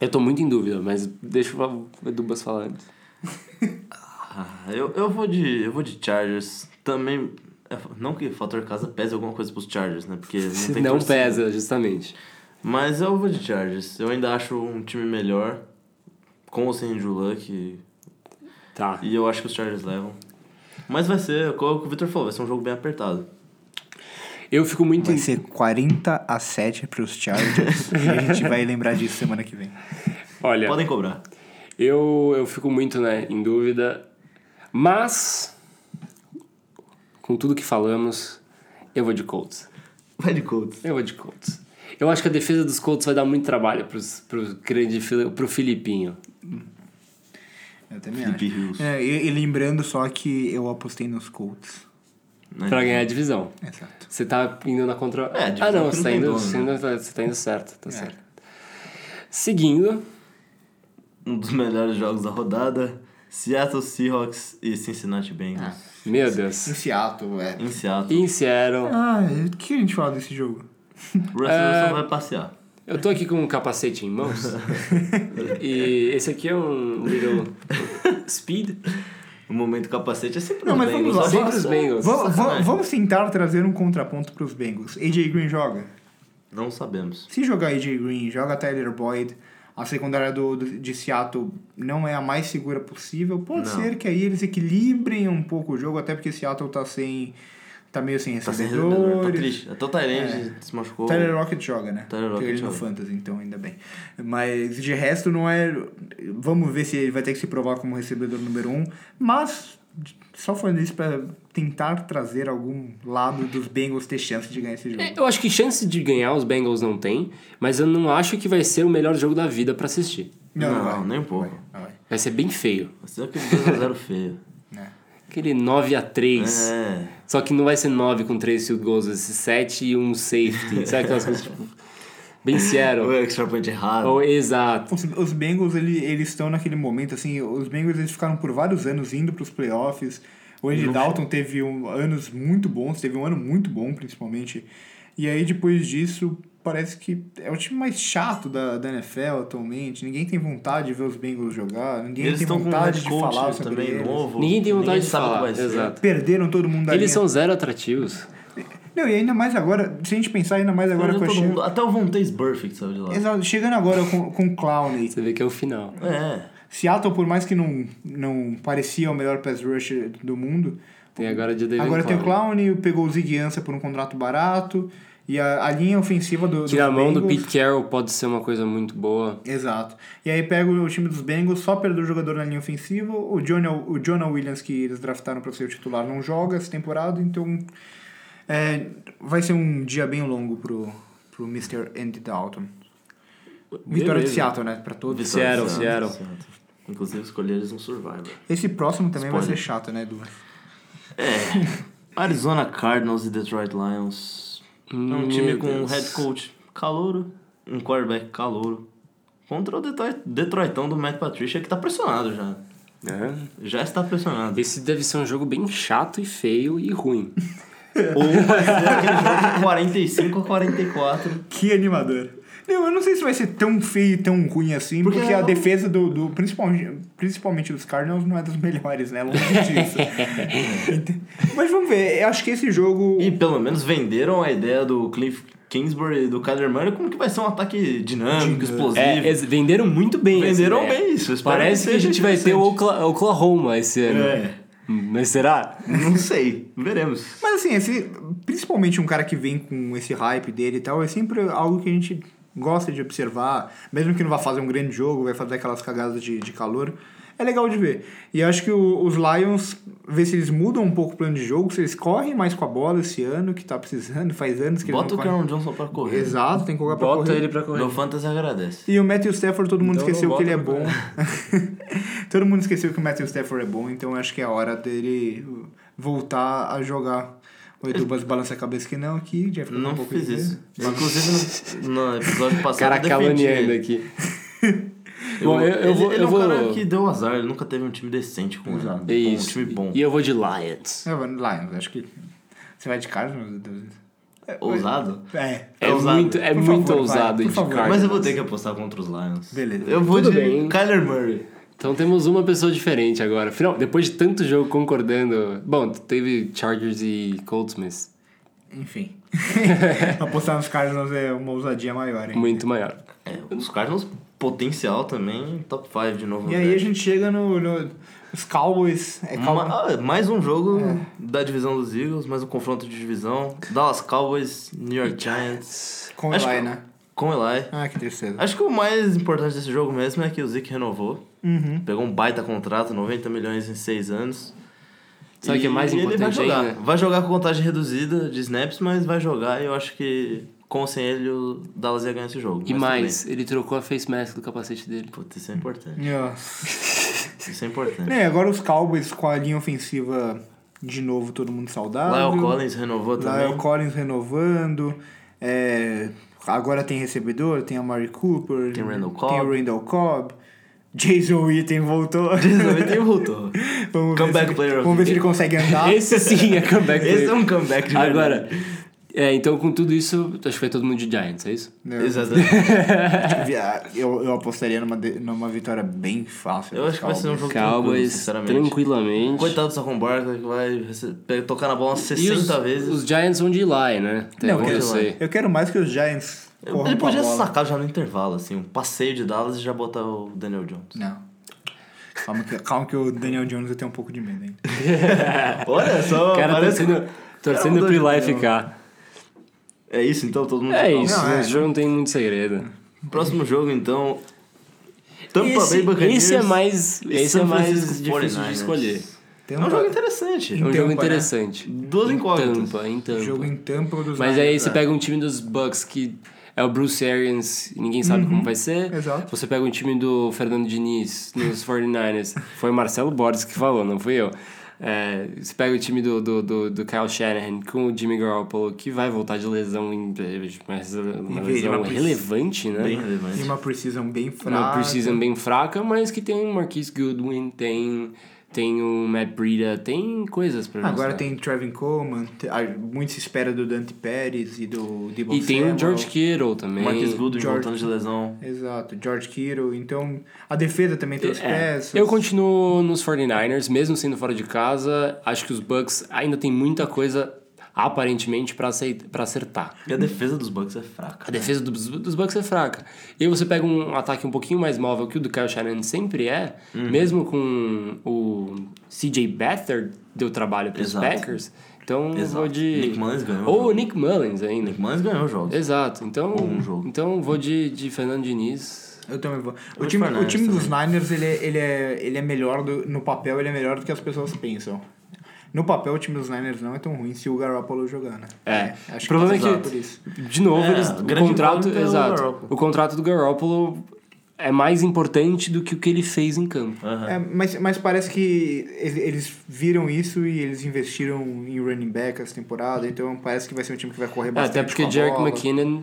Speaker 2: Eu tô muito em dúvida, mas deixa o Edubas falar antes.
Speaker 3: Ah, eu, eu vou de. Eu vou de Chargers. Também. é, Não que o fator casa pese alguma coisa pros Chargers, né? Porque não tem
Speaker 2: Não
Speaker 3: torcida.
Speaker 2: pesa, justamente.
Speaker 3: Mas eu vou de Chargers. Eu ainda acho um time melhor. Com ou sem Andrew Luck.
Speaker 2: Tá.
Speaker 3: E eu acho que os Chargers levam. Mas vai ser, como o Victor falou, vai ser um jogo bem apertado.
Speaker 2: Eu fico muito.
Speaker 1: Vai ser 40 a 7 pros Chargers. e a gente vai lembrar disso semana que vem. É.
Speaker 2: Olha,
Speaker 3: Podem cobrar.
Speaker 2: eu, eu fico muito né, em dúvida. Mas, com tudo que falamos, eu vou de Colts.
Speaker 3: Vai de Colts.
Speaker 2: Eu vou de Colts. Eu acho que a defesa dos Colts vai dar muito trabalho pros, pros grande, Fili- pro Filipinho.
Speaker 1: Eu também
Speaker 3: Felipe
Speaker 1: acho.
Speaker 3: Rios.
Speaker 1: É, e, e lembrando só que eu apostei nos Colts.
Speaker 3: Né?
Speaker 2: Pra ganhar a divisão.
Speaker 1: Exato.
Speaker 2: Você tá indo na contra.
Speaker 3: É, a divisão
Speaker 2: ah, não, você
Speaker 3: que não
Speaker 2: tá,
Speaker 3: tem
Speaker 2: indo,
Speaker 3: dono,
Speaker 2: você,
Speaker 3: né? É.
Speaker 2: ainda tá- você tá indo certo. Tá certo. Seguindo,
Speaker 3: Um dos melhores jogos da rodada. Seattle Seahawks e Cincinnati Bengals.
Speaker 2: meu Deus.
Speaker 1: Seattle, é.
Speaker 3: Em Seattle.
Speaker 2: Em
Speaker 3: É.
Speaker 2: Seattle.
Speaker 1: Ah, o que a gente fala desse jogo?
Speaker 3: Russell
Speaker 2: É.
Speaker 3: Wilson vai passear.
Speaker 2: Eu tô aqui com um capacete em mãos. e esse aqui é um Little Speed.
Speaker 3: O momento capacete é sempre
Speaker 1: Não,
Speaker 3: os
Speaker 1: mas
Speaker 3: Bengals.
Speaker 1: vamos lá.
Speaker 2: Sempre os
Speaker 1: Nossa.
Speaker 2: Bengals.
Speaker 1: Vamos, vamos, vamos tentar trazer um contraponto pros Bengals. AJ Green joga.
Speaker 3: Não sabemos.
Speaker 1: Se jogar AJ Green, joga Tyler Boyd. A secundária do, do- de Seattle não é a mais segura possível. Pode
Speaker 3: Não.
Speaker 1: ser que aí eles equilibrem um pouco o jogo, até porque Seattle tá sem. tá meio sem
Speaker 3: Tá sem
Speaker 1: recebedores.
Speaker 3: recebedor, tá triste. Até o Tyrande se machucou.
Speaker 1: Tyler Rocket joga, né?
Speaker 3: Tyler Lockett
Speaker 1: Tem ele no
Speaker 3: joga.
Speaker 1: Fantasy, então ainda bem. Mas de resto não é. Vamos ver se ele vai ter que se provar como recebedor número um. Mas só falando isso pra tentar trazer algum lado dos Bengals ter chance de ganhar esse jogo.
Speaker 2: É, Eu acho que chance de ganhar os Bengals não tem, mas eu não acho que vai ser o melhor jogo da vida pra assistir.
Speaker 3: Não,
Speaker 1: vai.
Speaker 3: nem um pouco.
Speaker 1: Não vai.
Speaker 2: Vai ser bem feio.
Speaker 3: Mas é aquele 2x0 feio.
Speaker 1: né?
Speaker 2: Aquele 9 a 3
Speaker 3: É.
Speaker 2: Só que não vai ser 9 com 3 field goals, vai ser 7 e um safety. Sabe aquelas coisas tipo. Bem
Speaker 3: O
Speaker 2: Seattle.
Speaker 3: extra point é errado.
Speaker 2: Ou exato.
Speaker 1: Os, os Bengals, ele, eles estão naquele momento, assim, os Bengals eles ficaram por vários anos indo para os playoffs. O Andy Dalton teve um, anos muito bons, teve um ano muito bom, principalmente. E aí, depois disso, parece que é o time mais chato da, da NFL atualmente. Ninguém tem vontade de ver os Bengals jogar, ninguém
Speaker 3: Eles
Speaker 1: tem
Speaker 3: estão com um
Speaker 1: vontade
Speaker 3: head
Speaker 1: de
Speaker 3: coach
Speaker 1: falar sobre
Speaker 3: também
Speaker 1: eles.
Speaker 3: novo.
Speaker 2: Ninguém tem vontade de
Speaker 3: sabe o que
Speaker 2: falar.
Speaker 3: vai ser.
Speaker 2: Exato.
Speaker 1: Perderam todo mundo da
Speaker 2: Eles
Speaker 1: linha.
Speaker 2: são zero atrativos.
Speaker 1: Não, e ainda mais agora, se a gente pensar ainda mais agora
Speaker 3: Olha
Speaker 1: com a
Speaker 3: todo
Speaker 1: che-
Speaker 3: mundo- até o Vontaze Burfict sabe de lá.
Speaker 1: Exato, Chegando agora com, com o Clowney,
Speaker 2: Você vê que é o final.
Speaker 3: É.
Speaker 1: Seattle, por mais que não, não parecia o melhor pass rusher do mundo,
Speaker 2: Tem agora de David
Speaker 1: agora tem o Clown, pegou o Ziggy Ansah por um contrato barato, E a, a linha ofensiva do. dos
Speaker 2: Que na mão do
Speaker 1: Bengals-
Speaker 2: Pete Carroll pode ser uma coisa muito boa.
Speaker 1: Exato. E aí pega o time dos Bengals, só perdeu o jogador na linha ofensiva. O Jonah, o Jonah Williams, que eles draftaram para ser o titular, não joga essa temporada, então é, vai ser um dia bem longo pro, pro Mr. Andy Dalton. Vitória
Speaker 2: Beleza.
Speaker 1: de Seattle, né? Pra todos.
Speaker 2: Seattle,
Speaker 3: Exato,
Speaker 2: Seattle.
Speaker 3: exato. Inclusive escolher eles um Survivor.
Speaker 1: Esse próximo também vai
Speaker 3: Spoiler.
Speaker 1: ser chato, né, Edu?
Speaker 3: É. Arizona Cardinals e Detroit Lions. É um
Speaker 2: Meu
Speaker 3: time com um
Speaker 2: Deus.
Speaker 3: head coach calouro, um quarterback calouro. Contra o Detroit, Detroitão do Matt Patricia, que tá pressionado já.
Speaker 2: É.
Speaker 3: Já está pressionado.
Speaker 2: Esse deve ser um jogo bem chato e feio e ruim.
Speaker 3: Ou vai ser aquele jogo 45 a 44.
Speaker 1: Que animador. Não, eu não sei se vai ser tão feio e tão ruim assim, porque,
Speaker 3: Porque
Speaker 1: a
Speaker 3: não-
Speaker 1: defesa do, do principalmente, principalmente dos Cardinals não é das melhores, né? Longe disso. Mas vamos ver. Eu acho que esse jogo.
Speaker 3: E pelo menos venderam a ideia do Cliff Kingsbury e do Kyler Murray como que vai ser um ataque dinâmico, explosivo.
Speaker 2: É, eles venderam muito bem. essa
Speaker 3: venderam
Speaker 2: ideia.
Speaker 3: bem isso. espero
Speaker 2: Parece que a
Speaker 3: seja
Speaker 2: gente vai ter o
Speaker 3: interessante.
Speaker 2: Ocla- Oklahoma esse ano.
Speaker 3: É,
Speaker 2: Mas será?
Speaker 3: não sei. Veremos.
Speaker 1: Mas assim, esse, principalmente um cara que vem com esse hype dele e tal, é sempre algo que a gente gosta de observar. Mesmo que não vá fazer um grande jogo, vai fazer aquelas cagadas de, de calor. É legal de ver. E eu acho que o- os Lions, ver se eles mudam um pouco o plano de jogo, se eles correm mais com a bola esse ano, que tá precisando, faz anos que
Speaker 3: Bota
Speaker 1: eles
Speaker 3: o
Speaker 1: não
Speaker 3: Cameron Johnson pra correr.
Speaker 1: Exato, tem que colocar pra
Speaker 2: Bota
Speaker 1: correr.
Speaker 2: ele pra correr.
Speaker 3: Meu fantasy agradece.
Speaker 1: E o Matthew Stafford, todo mundo
Speaker 2: Então
Speaker 1: esqueceu
Speaker 2: não
Speaker 1: que ele é
Speaker 2: bota
Speaker 1: bom. todo mundo esqueceu que o Matthew Stafford é bom, então acho que é hora dele voltar a jogar. O Edu Bas- balança a cabeça que não aqui, já ficou um
Speaker 3: Não
Speaker 1: pouco
Speaker 3: fiz
Speaker 1: de-
Speaker 3: isso. Inclusive, no, no episódio
Speaker 2: O
Speaker 3: passado.
Speaker 2: cara
Speaker 3: eu defendi
Speaker 2: caluniando
Speaker 3: ele.
Speaker 2: aqui.
Speaker 3: Eu-
Speaker 2: Bom, eu- eu
Speaker 3: ele,
Speaker 2: vou-
Speaker 3: ele
Speaker 2: eu
Speaker 3: é um
Speaker 2: vou-
Speaker 3: cara que deu azar, ele nunca teve um time decente com ele.
Speaker 1: Exato.
Speaker 3: Bom,
Speaker 2: É isso.
Speaker 3: Um time bom.
Speaker 2: E eu vou de Lions.
Speaker 1: É, Lions, acho que. Você vai de cara, meu Deus.
Speaker 3: Ousado.
Speaker 1: É.
Speaker 2: É,
Speaker 3: ousado.
Speaker 2: muito, é
Speaker 1: Por
Speaker 2: muito
Speaker 1: favor,
Speaker 2: ousado
Speaker 1: vai, por
Speaker 2: de
Speaker 1: favor.
Speaker 2: Cardinals.
Speaker 3: Mas eu vou ter que apostar contra os Lions.
Speaker 1: Beleza.
Speaker 3: Eu vou
Speaker 2: é Tudo
Speaker 3: de
Speaker 2: bem.
Speaker 3: Kyler Murray.
Speaker 2: Então temos uma pessoa diferente agora. Afinal, depois de tanto jogo concordando. Bom, teve Chargers e Colts, mas
Speaker 1: Enfim. Apostar nos Cardinals é uma ousadia maior, hein?
Speaker 2: muito maior.
Speaker 3: É, os Cardinals potencial também, top 5 de novo.
Speaker 1: E
Speaker 3: no
Speaker 1: aí a
Speaker 3: draft.
Speaker 1: gente chega no. no os Cowboys. É Cowboys.
Speaker 3: Ma- ah, mais um jogo
Speaker 2: É.
Speaker 3: da divisão dos Eagles, mais um confronto de divisão. Dallas Cowboys, New York Giants.
Speaker 1: Com o
Speaker 3: Acho
Speaker 1: Eli,
Speaker 3: que-
Speaker 1: né?
Speaker 3: Com Eli.
Speaker 1: Ah, que tristeza.
Speaker 3: Acho que o mais importante desse jogo mesmo é que o Zeke renovou.
Speaker 1: Uhum.
Speaker 3: Pegou um baita contrato, 90 milhões em 6 anos.
Speaker 2: Sabe o que é mais
Speaker 3: E ele
Speaker 2: importante
Speaker 3: vai jogar.
Speaker 2: ainda?
Speaker 3: Vai jogar com contagem reduzida de snaps, mas vai jogar e eu acho que com ou sem ele o Dallas ia ganhar esse jogo.
Speaker 2: E
Speaker 3: mas
Speaker 2: mais, ele trocou a face mask do capacete dele.
Speaker 3: também- Putz, isso é importante.
Speaker 1: Nossa.
Speaker 3: Isso é importante.
Speaker 1: É, agora os Cowboys com a linha ofensiva de novo, todo mundo saudável.
Speaker 3: Lyle Collins renovou também.
Speaker 1: Lyle Collins renovando. é, agora tem recebedor, tem a Mari Cooper.
Speaker 3: Tem Randall
Speaker 1: Tem
Speaker 3: Cobb.
Speaker 1: o Randall Cobb. Jason Witten voltou.
Speaker 3: Resolveu e voltou.
Speaker 1: Vamos ver
Speaker 3: Comeback
Speaker 1: se-
Speaker 3: player of
Speaker 1: Vamos ver
Speaker 3: the
Speaker 1: se ele consegue andar.
Speaker 2: Esse sim é comeback.
Speaker 3: Tá? Esse
Speaker 2: dele.
Speaker 3: é um comeback de
Speaker 2: Agora,
Speaker 3: verdade.
Speaker 2: é, então com tudo isso, acho que foi todo mundo de Giants, é isso?
Speaker 1: Não, Ah,
Speaker 3: Exatamente.
Speaker 1: eu, eu apostaria numa, de- numa vitória bem fácil.
Speaker 3: Eu
Speaker 1: dos
Speaker 3: acho que vai ser um
Speaker 1: Cowboys.
Speaker 3: jogo tranquilo,
Speaker 2: Cowboys,
Speaker 3: sinceramente.
Speaker 2: tranquilamente.
Speaker 3: Coitado do Sacon Barkley, que vai rece- pe- tocar na bola umas
Speaker 2: E
Speaker 3: 60
Speaker 2: os,
Speaker 3: vezes.
Speaker 2: os Giants vão de Eli, né? Até
Speaker 1: Não,
Speaker 2: onde
Speaker 1: eu
Speaker 2: eu
Speaker 1: quero-
Speaker 2: sei.
Speaker 1: Eu quero mais que os Giants corram
Speaker 3: Ele
Speaker 1: com a
Speaker 3: podia
Speaker 1: bola.
Speaker 3: sacar já no intervalo, assim, um passeio de Dallas e já botar o Daniel Jones.
Speaker 1: Não. Calma que, calma que o Daniel Jones eu tenho um pouco de medo,
Speaker 3: É
Speaker 1: hein?
Speaker 3: Olha só,
Speaker 2: O cara
Speaker 3: parece...
Speaker 2: torcendo, torcendo
Speaker 3: Cara,
Speaker 2: pro Eli
Speaker 3: mudou de
Speaker 2: ficar.
Speaker 3: É isso, então, todo mundo...
Speaker 2: É isso,
Speaker 1: Não, é.
Speaker 2: esse jogo não tem muito segredo.
Speaker 3: Próximo jogo, então... Tampa
Speaker 2: esse,
Speaker 3: Bay Buccaneers.
Speaker 2: esse é mais,
Speaker 3: e
Speaker 2: esse é
Speaker 3: San
Speaker 2: mais
Speaker 3: Francisco
Speaker 2: difícil de
Speaker 3: 49ers.
Speaker 2: escolher.
Speaker 1: Tem
Speaker 3: É um jogo interessante.
Speaker 2: É um
Speaker 1: Tampa,
Speaker 2: jogo
Speaker 1: né?
Speaker 2: interessante.
Speaker 3: Duas
Speaker 2: Em
Speaker 3: incógnitas.
Speaker 2: Tampa, em Tampa.
Speaker 1: jogo em tampa dos
Speaker 2: Mas aí
Speaker 1: Niners,
Speaker 2: você
Speaker 1: é.
Speaker 2: pega um time dos Bucks que é o Bruce Arians, e ninguém sabe como vai ser.
Speaker 1: Uhum. Exato.
Speaker 2: Você pega um time do Fernando Diniz nos 49ers. Foi o Marcelo Borges que falou, não fui eu. É, você pega o time do, do, do, do Kyle Shanahan com o Jimmy Garoppolo, que vai voltar de lesão em uma lesão- uma
Speaker 1: Em vez de uma
Speaker 2: lesão
Speaker 1: pre-
Speaker 2: relevante, né?
Speaker 3: Bem
Speaker 1: E
Speaker 3: relevante.
Speaker 1: uma precisão bem fraca.
Speaker 2: uma preseason bem fraca, mas que tem o Marquise Goodwin, tem, tem o Matt Breida, tem coisas pra
Speaker 1: Agora
Speaker 2: mostrar.
Speaker 1: tem Trevin Coleman, te- ah, muito se espera do Dante Pérez e do Debo
Speaker 2: E tem
Speaker 1: Samuel.
Speaker 2: o George Kittle também.
Speaker 3: Marcus Goodwin
Speaker 1: George-
Speaker 3: voltando de lesão.
Speaker 1: Exato, George Kittle. Então, a defesa também tem as
Speaker 2: É,
Speaker 1: peças.
Speaker 2: Eu continuo nos 49ers, mesmo sendo fora de casa. Acho que os Bucks ainda tem muita coisa, aparentemente, pra aceit- pra acertar.
Speaker 3: E a defesa dos Bucks é fraca.
Speaker 2: A defesa dos, dos Bucks é fraca. E aí você pega um ataque um pouquinho mais móvel que o do Kyle Shannon sempre é,
Speaker 3: Uhum.
Speaker 2: mesmo com o CJ Beathard deu trabalho para os
Speaker 3: Exato.
Speaker 2: Packers. Então
Speaker 3: Exato.
Speaker 2: vou de.
Speaker 3: Nick Mullins ganhou o
Speaker 2: Ou
Speaker 3: jogo.
Speaker 2: Nick Mullins ainda.
Speaker 3: Nick Mullins ganhou jogos.
Speaker 2: Exato. Então,
Speaker 3: Ou um jogo.
Speaker 2: então vou de, de Fernando Diniz.
Speaker 1: Eu também vou. O
Speaker 3: vou de
Speaker 1: time, o
Speaker 3: Fernandes
Speaker 1: time dos
Speaker 2: né?
Speaker 1: Niners, ele é, ele é, ele é melhor do- no papel, ele é melhor do que as pessoas pensam. No papel, o time dos Niners não é tão ruim se o Garoppolo jogar, né?
Speaker 2: É.
Speaker 1: acho
Speaker 2: o problema é
Speaker 1: que
Speaker 2: que,
Speaker 1: por isso.
Speaker 2: de novo,
Speaker 3: É,
Speaker 2: eles,
Speaker 3: o
Speaker 2: o,
Speaker 3: grande
Speaker 2: contrato,
Speaker 3: incógnito é o
Speaker 2: exato,
Speaker 3: Garoppolo.
Speaker 2: o contrato do Garoppolo é mais importante do que o que ele fez em campo.
Speaker 3: Aham.
Speaker 1: É, mas, mas parece que ele- eles viram isso e eles investiram em running back essa temporada, então parece que vai ser um time que vai correr
Speaker 2: É,
Speaker 1: bastante.
Speaker 2: até porque
Speaker 1: com a
Speaker 2: Jarek
Speaker 1: bola.
Speaker 2: McKinnon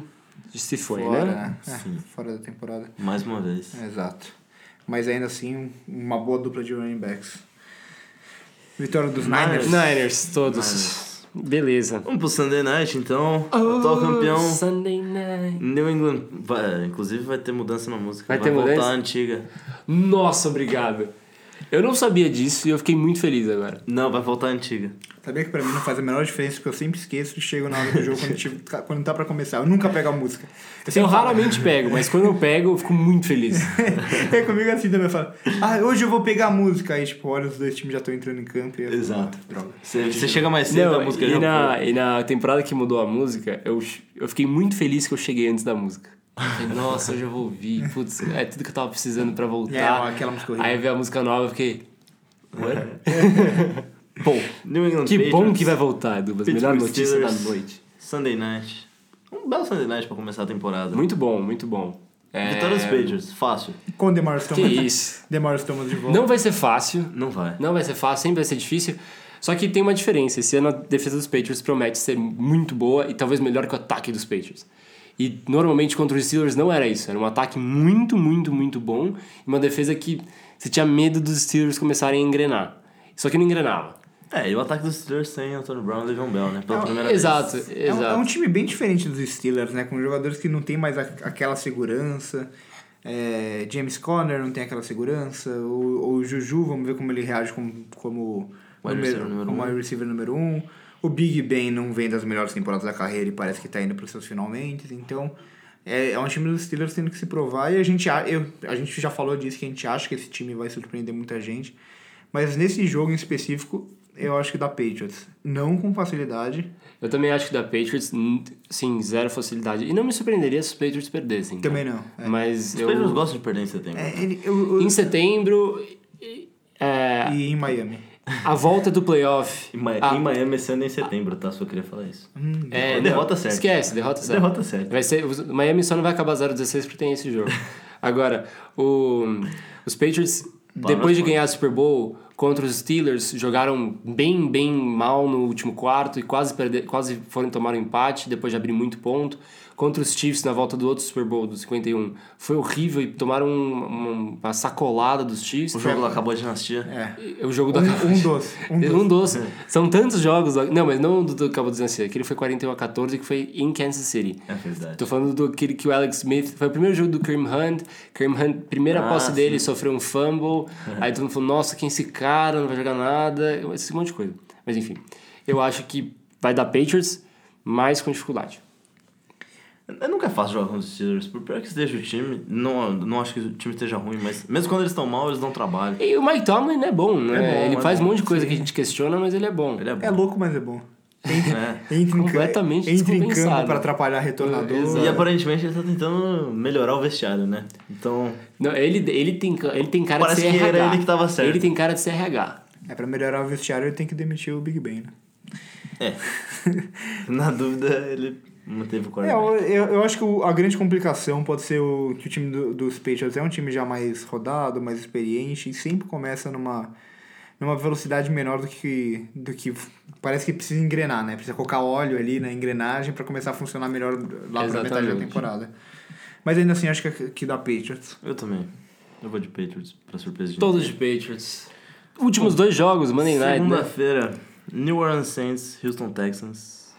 Speaker 2: se foi,
Speaker 1: fora,
Speaker 2: né?
Speaker 1: É,
Speaker 3: Sim.
Speaker 1: fora da temporada.
Speaker 3: É.
Speaker 1: É,
Speaker 3: Mais uma vez.
Speaker 1: Exato. Mas ainda assim, uma boa dupla de running backs. Vitória dos
Speaker 3: Niners.
Speaker 1: Niners.
Speaker 2: Niners, todos. Beleza.
Speaker 3: Vamos pro Sunday Night, então.
Speaker 1: Ah,
Speaker 3: Atual campeão.
Speaker 2: Sunday night.
Speaker 3: New England. Vai, é, inclusive vai ter mudança na música.
Speaker 2: Vai ter
Speaker 3: voltar
Speaker 2: mudança?
Speaker 3: a antiga.
Speaker 2: Nossa, obrigado. Eu não sabia disso e eu fiquei muito feliz agora.
Speaker 3: Não, vai voltar a antiga.
Speaker 1: Sabia que pra mim não faz a menor diferença, porque eu sempre esqueço e chego na hora do jogo quando, tive- quando tá pra começar. Eu nunca pego a música. Eu
Speaker 2: Eu
Speaker 1: sempre falo-
Speaker 2: raramente pego, mas quando eu pego, eu fico muito feliz.
Speaker 1: É comigo assim também, eu falo, ah, hoje eu vou pegar a música. Aí, tipo, olha, os dois times já estão entrando em campo e eu,
Speaker 3: Exato.
Speaker 1: Ah, droga.
Speaker 3: Você, você chega mais cedo,
Speaker 2: Não,
Speaker 3: a música
Speaker 2: e,
Speaker 3: já
Speaker 2: na, e na temporada que mudou a música, eu, ch- eu fiquei muito feliz que eu cheguei antes da música. Falei, Nossa, eu já vou ouvir. Putz, é tudo que eu tava precisando pra voltar.
Speaker 1: É, aquela música horrível.
Speaker 2: Aí veio a música nova eu fiquei. What?
Speaker 3: Uhum.
Speaker 2: Bom,
Speaker 3: foi. New England
Speaker 2: que
Speaker 3: Patriots,
Speaker 2: bom que vai voltar, Dubas. Melhor
Speaker 3: Pittsburgh
Speaker 2: notícia
Speaker 3: Steelers.
Speaker 2: da noite.
Speaker 3: Sunday Night. Um belo Sunday Night pra começar a temporada.
Speaker 2: Muito bom, muito bom. É,
Speaker 3: Vitória dos Patriots, fácil.
Speaker 1: Com o Demar
Speaker 2: Que
Speaker 1: Thomas.
Speaker 2: isso.
Speaker 1: Demar Thomas de volta.
Speaker 2: Não vai ser fácil.
Speaker 3: Não vai.
Speaker 2: Não vai ser fácil, sempre vai ser difícil. Só que tem uma diferença. Esse ano a defesa dos Patriots promete ser muito boa e talvez melhor que o ataque dos Patriots. E normalmente contra os Steelers não era isso. Era um ataque muito, muito, muito bom e uma defesa que você tinha medo dos Steelers começarem a engrenar. Só que não engrenava.
Speaker 3: É, e o ataque dos Steelers sem Antonio Brown e Le'Veon Bell, né? Pela primeira
Speaker 2: Exato,
Speaker 3: vez.
Speaker 1: É um, é
Speaker 2: exato.
Speaker 1: um time bem diferente dos Steelers, né? Com jogadores que não tem mais a- aquela segurança. É, James Conner não tem aquela segurança. O, o Juju, vamos ver como ele reage como, como,
Speaker 3: Wide receiver número
Speaker 1: como
Speaker 3: um.
Speaker 1: wide receiver número um. O Big Ben não vem das melhores temporadas da carreira e parece que tá indo pros seus finalmente. Então, é, é um time dos Steelers tendo que se provar. E a gente, a- eu, a gente já falou disso, que a gente acha que esse time vai surpreender muita gente. Mas nesse jogo em específico, eu acho que dá Patriots. Não com facilidade,
Speaker 2: Eu também acho que da Patriots, n- sim, zero facilidade. E não me surpreenderia se os Patriots perdessem. então.
Speaker 1: Também não, é.
Speaker 2: Mas
Speaker 3: Os
Speaker 2: eu...
Speaker 3: Patriots gostam de perder em setembro.
Speaker 1: É, ele- eu- eu-
Speaker 2: Em setembro, é,
Speaker 1: E em Miami.
Speaker 2: a volta do playoff.
Speaker 3: Em, Ma
Speaker 2: Ah,
Speaker 3: em Miami esse ano é em setembro, tá? Só queria falar isso.
Speaker 1: Hum,
Speaker 2: é, não,
Speaker 3: derrota certa.
Speaker 2: Esquece, derrota certa.
Speaker 3: Hum, Derrota certa.
Speaker 2: Vai ser, os- Miami só não vai acabar 0-16 porque tem esse jogo. Agora, o, os Patriots, depois de ganhar a Super Bowl contra os Steelers, jogaram bem, bem mal no último quarto e quase, perder, quase foram tomar um empate depois de abrir muito ponto. Contra os Chiefs na volta do outro Super Bowl, do 51. Foi horrível e tomaram um- um- uma sacolada dos Chiefs.
Speaker 3: O jogo lá acabou a dinastia.
Speaker 1: É.
Speaker 2: É O jogo da
Speaker 1: Um, um doce. Um doce.
Speaker 2: Um doce.
Speaker 3: É.
Speaker 2: São tantos jogos. Não, mas não do, do Cabo Dinastia. Aquele é foi 41 a 14 que foi em Kansas City.
Speaker 3: É verdade.
Speaker 2: Tô falando do aquele que o Alex Smith. Foi o primeiro jogo do Kareem Hunt. Kareem Hunt, primeira
Speaker 3: Ah,
Speaker 2: posse
Speaker 3: sim.
Speaker 2: dele, sofreu um fumble. Aí todo mundo falou: Nossa, quem é esse cara? Não vai jogar nada. Esse monte de coisa. Mas enfim, eu acho que vai dar Patriots, mas com dificuldade.
Speaker 3: Eu nunca é fácil jogar contra os Steelers. Por pior que esteja o time, não, não acho que o time esteja ruim, mas mesmo quando eles estão mal, eles dão trabalho.
Speaker 2: E o Mike Tomlin é bom, né?
Speaker 3: É bom,
Speaker 2: ele
Speaker 3: é
Speaker 2: faz
Speaker 3: bom,
Speaker 2: um monte de coisa que a gente questiona, mas ele é bom.
Speaker 3: Ele é bom.
Speaker 1: É louco, mas é bom. Entra,
Speaker 3: né?
Speaker 1: entra em,
Speaker 2: Completamente
Speaker 1: ca- entra em campo
Speaker 2: descompensado.
Speaker 1: pra atrapalhar retornador.
Speaker 2: Exato.
Speaker 3: E aparentemente ele tá tentando melhorar o vestiário, né? Então,
Speaker 2: Não, ele, ele, tem, ca- ele tem cara
Speaker 3: Parece
Speaker 2: de CRH.
Speaker 3: que era ele que tava certo.
Speaker 2: Ele tem cara de CRH.
Speaker 1: É pra melhorar o vestiário, tem que demitir o Big Ben, né?
Speaker 3: é. Na dúvida, ele manteve o
Speaker 1: É,
Speaker 3: quarterback.
Speaker 1: eu, eu eu acho que o- a grande complicação pode ser o, que o time do- dos Patriots é um time já mais rodado, mais experiente, e sempre começa numa, numa velocidade menor do que, do que parece que precisa engrenar, né? Precisa colocar óleo ali na engrenagem para começar a funcionar melhor lá pra metade da
Speaker 2: Exatamente.
Speaker 1: temporada. Mas ainda assim, acho que, que dá Patriots.
Speaker 3: Eu também. Eu vou de Patriots, pra surpresa de
Speaker 2: Todos de Patriots. Últimos dois jogos, Monday Night, né?
Speaker 3: Segunda-feira, New Orleans Saints, Houston Texans.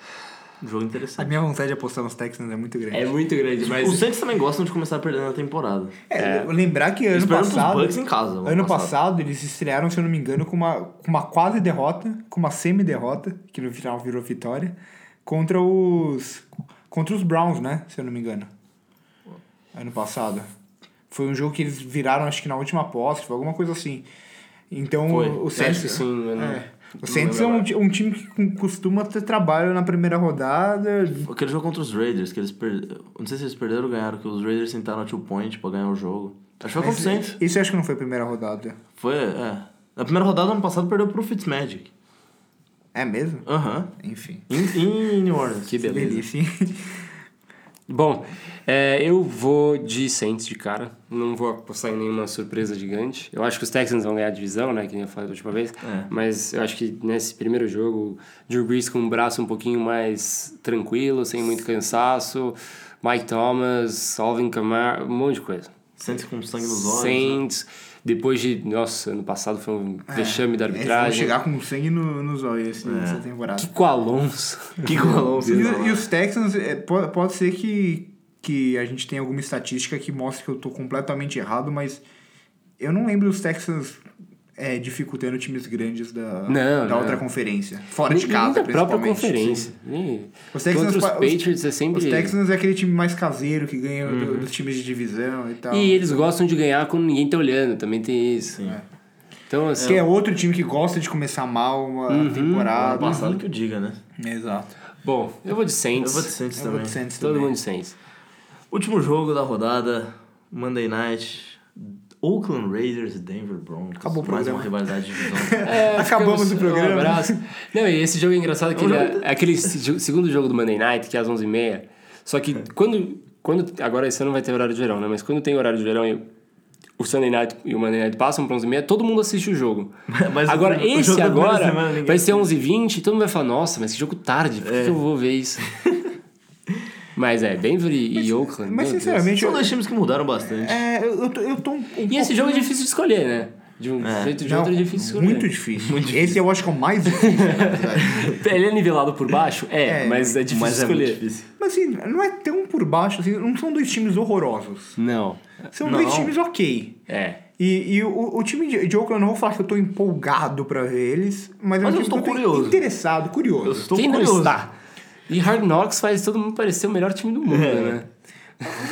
Speaker 3: Um jogo
Speaker 1: A
Speaker 3: interessante.
Speaker 1: minha vontade de apostar nos Texans é muito grande.
Speaker 2: É muito grande,
Speaker 3: Os
Speaker 2: mas...
Speaker 3: Saints também gostam de começar perdendo a temporada.
Speaker 1: É, lembrar que ano
Speaker 3: Eles perderam pros
Speaker 1: passado.
Speaker 3: Bucks em casa, ano
Speaker 1: Ano
Speaker 3: passado.
Speaker 1: passado eles estrearam, se eu não me engano, com uma, com uma quase derrota, com uma semi-derrota, que no final virou vitória, contra os. Contra os Browns, né? Se eu não me engano. Ano passado. Foi um jogo que eles viraram, acho que na última posse, foi alguma coisa assim. Então
Speaker 3: Foi. É, né?
Speaker 1: o
Speaker 2: Eu
Speaker 1: Saints.
Speaker 2: acho que sim, né? eu não-
Speaker 1: é. O Saints é um, ti- um time que com- costuma ter trabalho na primeira rodada.
Speaker 3: Aquele jogo contra os Raiders, que eles perderam. Não sei se eles perderam ou ganharam, que os Raiders tentaram a two point pra ganhar o jogo. Acho que foi contra o Saints.
Speaker 1: Isso eu acho que não foi a primeira rodada.
Speaker 3: Foi, é. Na primeira rodada do ano passado perdeu pro Fitzmagic.
Speaker 1: É mesmo?
Speaker 3: Aham.
Speaker 1: Enfim.
Speaker 3: Em, em New Orleans.
Speaker 2: Que beleza.
Speaker 1: Delícia. hein?
Speaker 2: Bom, é, eu vou de Saints de cara. Não vou apostar em nenhuma surpresa gigante. Eu acho que os Texans vão ganhar a divisão, né? Que nem eu falei da última vez.
Speaker 3: É.
Speaker 2: Mas eu acho que nesse primeiro jogo, Drew Brees com um braço um pouquinho mais tranquilo, sem muito cansaço. Mike Thomas, Alvin Kamara, um monte de coisa.
Speaker 3: Saints com sangue nos olhos. né?
Speaker 2: Saints, depois de... Nossa, ano passado foi um vexame da
Speaker 1: É, Eles vão
Speaker 2: arbitragem.
Speaker 1: chegar com sangue no, nos olhos assim,
Speaker 3: É.
Speaker 1: nessa temporada.
Speaker 2: Kiko Alonso.
Speaker 3: Que golão,
Speaker 1: E, e os Texans, é, po- pode ser que, que a gente tenha alguma estatística que mostre que eu tô completamente errado, mas eu não lembro os Texans é, dificultando times grandes da,
Speaker 2: Não,
Speaker 1: da
Speaker 2: não.
Speaker 1: outra conferência. Fora
Speaker 2: Nem-
Speaker 1: de
Speaker 2: nem
Speaker 1: casa,
Speaker 2: da própria
Speaker 1: principalmente.
Speaker 2: conferência. Nem-
Speaker 1: Os Texans
Speaker 2: Contra os
Speaker 1: pa- os-
Speaker 2: Patriots é sempre... Uhum.
Speaker 1: Os Texans é aquele time mais caseiro que ganha do- dos times de divisão e tal.
Speaker 2: E eles gostam de ganhar quando ninguém tá olhando, também tem isso. Então, assim,
Speaker 1: Que é outro time que gosta de começar mal uma
Speaker 3: Ano
Speaker 2: Uhum.
Speaker 1: temporada. Uhum.
Speaker 3: passado que eu diga, né?
Speaker 1: Exato.
Speaker 2: bom, eu vou de
Speaker 3: Eu
Speaker 2: Saints.
Speaker 3: vou de Saints
Speaker 1: Eu vou
Speaker 3: também.
Speaker 1: de Saints
Speaker 2: Todo
Speaker 1: também.
Speaker 2: mundo de Saints.
Speaker 3: Último jogo da rodada, Monday Night. Oakland Raiders e Denver Broncos.
Speaker 1: Acabou o
Speaker 3: Mais
Speaker 1: programa.
Speaker 3: uma rivalidade de divisão.
Speaker 2: É,
Speaker 1: Acabamos
Speaker 2: ficamos-
Speaker 1: o programa.
Speaker 2: Um abraço. Não, e esse jogo é engraçado que ele é, é aquele se- segundo jogo do Monday Night, que é às 11h30. Só que quando, quando. Agora esse ano vai ter horário de verão, né? Mas quando tem horário de verão e o Sunday Night e o Monday Night passam pra 11h30, todo mundo assiste o jogo.
Speaker 3: Mas o-
Speaker 2: agora,
Speaker 3: o
Speaker 2: esse
Speaker 3: jogo da primeira
Speaker 2: agora
Speaker 3: semana ninguém
Speaker 2: vai ser 11h20 e todo mundo vai falar: nossa, mas que jogo tarde, por que eu vou ver isso? mas é, Denver e, e Oakland.
Speaker 1: Mas
Speaker 2: meu Deus.
Speaker 1: sinceramente,
Speaker 3: São
Speaker 1: eu,
Speaker 3: dois times que mudaram bastante.
Speaker 1: é, eu, eu tô, eu tô um, um
Speaker 2: E esse jogo é difícil de escolher, né? De um jeito ou de
Speaker 1: Não,
Speaker 2: outro é
Speaker 3: né?
Speaker 2: difícil de escolher.
Speaker 1: muito difícil. Esse eu acho que é o mais difícil. na verdade.
Speaker 2: Ele é nivelado por baixo? É,
Speaker 1: É,
Speaker 2: mas é difícil
Speaker 3: Mas é muito
Speaker 2: escolher.
Speaker 3: difícil.
Speaker 1: Mas assim, não é tão por baixo, assim, não são dois times horrorosos.
Speaker 2: Não.
Speaker 1: São
Speaker 3: Não.
Speaker 1: dois times ok.
Speaker 2: É.
Speaker 1: E, e o, o time de, de Oakland, eu não vou falar que eu tô empolgado pra ver eles, mas, é um
Speaker 3: Mas
Speaker 1: time
Speaker 3: eu estou
Speaker 1: que tô
Speaker 3: curioso.
Speaker 1: interessado,
Speaker 3: Eu
Speaker 1: curioso.
Speaker 3: estou
Speaker 2: Quem
Speaker 3: curioso.
Speaker 2: não está? Tá. E Hard Knocks faz todo mundo parecer o melhor time do mundo, né?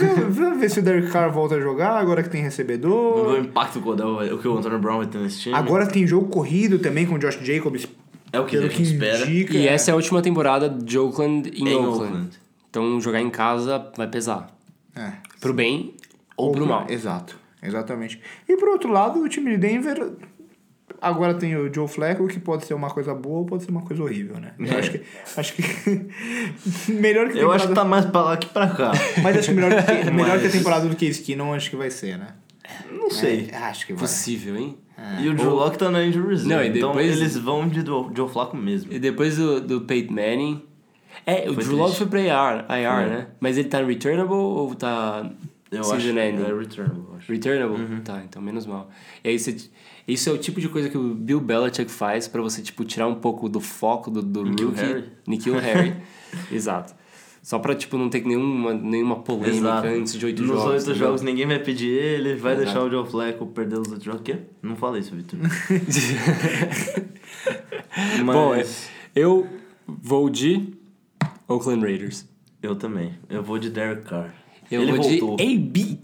Speaker 1: Vamos vamos ver se o Derek Carr volta a jogar agora que tem
Speaker 3: Vamos
Speaker 1: recebedor.
Speaker 3: ver o impacto que o, Odell vai- o que o Antonio Brown vai ter nesse time.
Speaker 1: Agora tem jogo corrido também com o Josh Jacobs.
Speaker 3: é o que a
Speaker 1: Pelo que
Speaker 3: gente espera.
Speaker 1: indica.
Speaker 2: E essa é a última temporada de Oakland em,
Speaker 3: Em
Speaker 2: Oakland.
Speaker 3: Oakland.
Speaker 2: Então jogar em casa vai pesar.
Speaker 1: É.
Speaker 2: Pro bem ou pro mal.
Speaker 1: Exato, exatamente. E por outro lado, o time de Denver agora tem o Joe Flacco, que pode ser uma coisa boa ou pode ser uma coisa horrível, né? Eu acho que. Acho que melhor que a
Speaker 3: É. Eu acho que tá
Speaker 1: temporada-
Speaker 3: mais pra lá que pra cá.
Speaker 1: Mas acho que melhor que, melhor que a
Speaker 3: Mas-
Speaker 1: temporada do Case que não acho que vai ser, né?
Speaker 3: Não sei.
Speaker 1: É, acho que vai.
Speaker 2: Possível, hein?
Speaker 1: É,
Speaker 3: E o Drew Lock tá na injury reserve.
Speaker 2: Não, e
Speaker 3: Então
Speaker 2: depois-
Speaker 3: eles vão de do- Joe Flacco mesmo.
Speaker 2: E depois do, do Peyton Manning... É, o
Speaker 3: Foi
Speaker 2: Drew Lock foi
Speaker 3: triste.
Speaker 2: pra IR, IR né? Mas ele tá returnable ou tá
Speaker 3: Eu acho que
Speaker 2: season ending?
Speaker 3: é return, eu acho.
Speaker 2: Returnable?
Speaker 3: Uhum.
Speaker 2: Tá, então menos mal. E aí você. Isso é o tipo de coisa que o Bill Belichick faz pra você, tipo, tirar um pouco do foco do, do
Speaker 3: Nikhil
Speaker 2: rookie.
Speaker 3: Harry.
Speaker 2: Nikhil Harry. Exato. Só pra, tipo, não ter nenhuma, nenhuma polêmica
Speaker 3: Exato.
Speaker 2: antes de oito
Speaker 3: Nos
Speaker 2: jogos.
Speaker 3: oito
Speaker 2: entendeu?
Speaker 3: jogos ninguém vai pedir ele, vai
Speaker 2: Exato.
Speaker 3: deixar o Joe Flacco perder os outros jogos. O quê? Não falei isso, Victor. Mas
Speaker 2: Bom, é, eu vou de Oakland Raiders.
Speaker 3: eu também. Eu vou de Derek Carr.
Speaker 2: Eu
Speaker 3: ele
Speaker 2: vou
Speaker 3: voltou.
Speaker 2: de AB.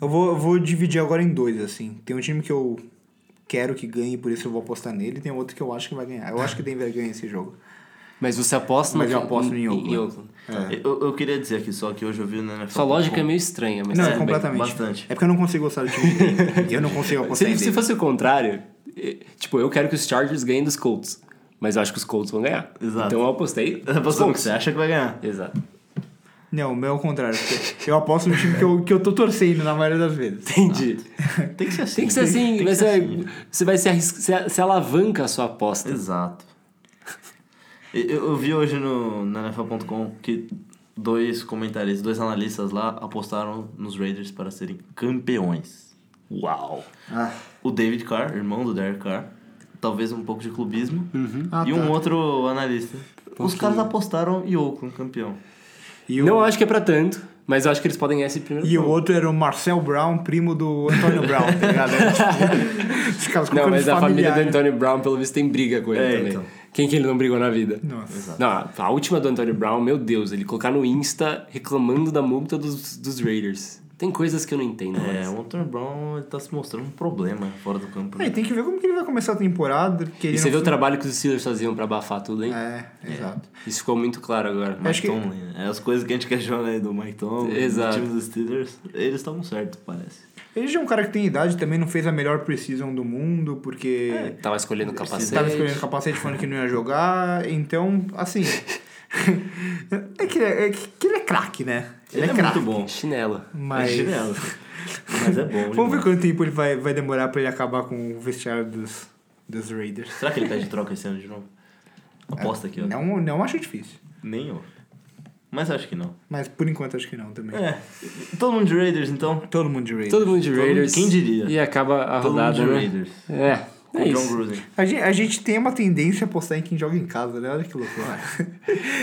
Speaker 1: Eu vou, eu vou dividir agora em dois, assim. Tem um time que eu quero que ganhe, por isso eu vou apostar nele, e tem outro que eu acho que vai ganhar. Eu acho que Denver ganha esse jogo.
Speaker 2: Mas você aposta
Speaker 1: Mas
Speaker 2: no-
Speaker 1: eu aposto em Oakland.
Speaker 3: Eu, eu queria dizer aqui só que hoje eu vi no NFL.
Speaker 2: É. Sua lógica é meio estranha, mas.
Speaker 1: Não,
Speaker 2: tudo
Speaker 1: é
Speaker 2: bem.
Speaker 1: completamente.
Speaker 3: bastante.
Speaker 1: É porque eu não consigo gostar do time de Denver. Eu não consigo apostar
Speaker 2: Se,
Speaker 1: em
Speaker 2: se
Speaker 1: Denver.
Speaker 2: fosse o contrário, eh, tipo, eu quero que os Chargers ganhem dos Colts. Mas eu acho que os Colts vão ganhar.
Speaker 3: Exato.
Speaker 2: Então eu apostei. nos
Speaker 3: Você,
Speaker 2: Colts.
Speaker 3: você acha que vai ganhar?
Speaker 2: Exato.
Speaker 1: Não, o meu é o contrário. porque eu aposto no time que eu, que eu tô torcendo na maioria das vezes.
Speaker 2: Entendi.
Speaker 3: Tem que ser assim.
Speaker 2: Tem que ser assim. vai
Speaker 3: que ser
Speaker 2: ser-
Speaker 3: assim.
Speaker 2: Você vai se, arrisca, se, se alavanca a sua aposta.
Speaker 3: Exato. E- Eu, eu vi hoje no, na NFL.com que dois comentaristas, dois analistas lá apostaram nos Raiders para serem campeões.
Speaker 2: Uau.
Speaker 1: Ah,
Speaker 3: O David Carr, irmão do Derek Carr, talvez um pouco de clubismo,
Speaker 1: Ah,
Speaker 3: e um
Speaker 1: tá.
Speaker 3: outro analista. Os caras apostaram e Oakland um campeão.
Speaker 1: E,
Speaker 2: Não
Speaker 1: o,
Speaker 2: acho que é pra tanto, mas eu acho que eles podem ganhar esse primeiro
Speaker 1: e o
Speaker 2: jogo.
Speaker 1: outro era o Marcel Brown, primo do Antônio Brown, tá ligado? É, tipo, Os caras com
Speaker 2: Não, mas a família do
Speaker 1: familiares.
Speaker 2: Antonio Brown, pelo visto, tem briga com ele
Speaker 3: né? É,
Speaker 2: também.
Speaker 3: então.
Speaker 2: Quem que ele não brigou na vida?
Speaker 1: Nossa.
Speaker 2: Não, a última do Antonio Brown, meu Deus, ele colocar no Insta reclamando da multa dos, dos Raiders. Tem coisas que eu não entendo.
Speaker 3: É,
Speaker 2: mas-
Speaker 3: o Anthony Brown ele tá se mostrando um problema fora do campo.
Speaker 1: Aí
Speaker 3: né?
Speaker 1: tem que ver como que ele vai começar a temporada. Porque
Speaker 2: E
Speaker 1: ele
Speaker 2: você
Speaker 1: não-
Speaker 2: vê o trabalho que os Steelers faziam pra abafar tudo, hein?
Speaker 1: É, exato.
Speaker 2: Isso ficou muito claro agora.
Speaker 1: acho que-
Speaker 3: Tomlin, né? É as coisas que a gente questiona aí do Mike Tomlin,
Speaker 2: Exato.
Speaker 3: do time dos Steelers, eles estavam certos, parece.
Speaker 1: Ele já é um cara que tem idade, também não fez a melhor precisão do mundo, porque
Speaker 2: Tava escolhendo É, capacete.
Speaker 1: estava escolhendo capacete falando que não ia jogar. Então, assim. é, que, é que ele é craque, né?
Speaker 3: Ele, é,
Speaker 1: craque.
Speaker 3: muito bom.
Speaker 2: Chinelo.
Speaker 1: Mas.
Speaker 3: É chinelo. Mas é bom.
Speaker 1: Vamos ver
Speaker 3: demais.
Speaker 1: quanto tempo ele vai, vai demorar pra ele acabar com o vestiário dos, dos Raiders.
Speaker 3: Será que ele pede troca esse ano de novo? Aposta aqui, ó.
Speaker 1: Não, não acho difícil.
Speaker 3: Nem eu. Mas acho que não.
Speaker 1: Mas por enquanto acho que não também.
Speaker 3: É. Todo mundo de Raiders, então.
Speaker 1: Todo mundo de Raiders.
Speaker 2: Todo mundo de
Speaker 3: Todo mundo-
Speaker 2: Raiders.
Speaker 3: quem diria?
Speaker 2: E acaba a
Speaker 3: Todo
Speaker 2: rodada,
Speaker 3: mundo de
Speaker 2: né?
Speaker 3: Raiders.
Speaker 2: É, é
Speaker 3: John
Speaker 2: isso.
Speaker 3: Gruden.
Speaker 1: A gente, a gente tem uma tendência a apostar em quem joga em casa, né? Olha que loucura.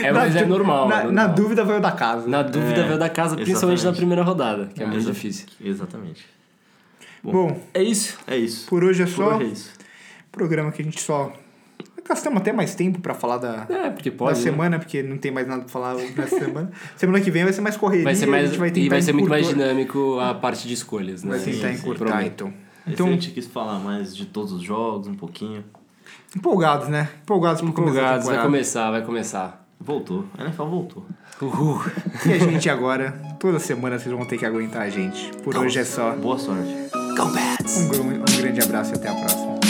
Speaker 2: É, mas é normal.
Speaker 1: Na,
Speaker 2: é normal.
Speaker 1: na dúvida vai o da casa.
Speaker 2: Na dúvida,
Speaker 3: É,
Speaker 2: veio da casa, principalmente
Speaker 3: exatamente.
Speaker 2: na primeira rodada, que é mais
Speaker 3: Exa-
Speaker 2: difícil.
Speaker 3: Exatamente.
Speaker 1: Bom,
Speaker 2: É isso.
Speaker 3: É isso.
Speaker 1: por hoje é
Speaker 3: Por
Speaker 1: só.
Speaker 3: hoje é isso.
Speaker 1: Programa que a gente só. Gastamos até mais tempo pra falar da,
Speaker 2: É, porque
Speaker 1: da
Speaker 2: pode. né?
Speaker 1: semana, porque não tem mais nada pra falar nessa semana. Semana que vem vai ser mais correria.
Speaker 2: Vai ser
Speaker 1: a
Speaker 2: mais,
Speaker 1: gente vai
Speaker 2: e vai
Speaker 1: tentar
Speaker 2: ser muito mais
Speaker 1: encurtar-
Speaker 2: dinâmico a parte de escolhas, né?
Speaker 1: Vai tentar
Speaker 2: Sim, sim.
Speaker 1: encurtar,
Speaker 2: Prometo.
Speaker 1: então.
Speaker 3: Então,
Speaker 1: Então,
Speaker 3: a gente quis falar mais de todos os jogos, um pouquinho.
Speaker 1: empolgados, né? Empolgados por começar a
Speaker 2: Empolgados, vai
Speaker 1: temporada.
Speaker 2: começar, vai começar.
Speaker 3: Voltou. A NFL voltou.
Speaker 2: Uhul.
Speaker 1: E a gente agora, toda semana vocês vão ter que aguentar a gente. Por hoje é só.
Speaker 3: Boa sorte.
Speaker 1: Um gr- um grande um abraço e até a próxima.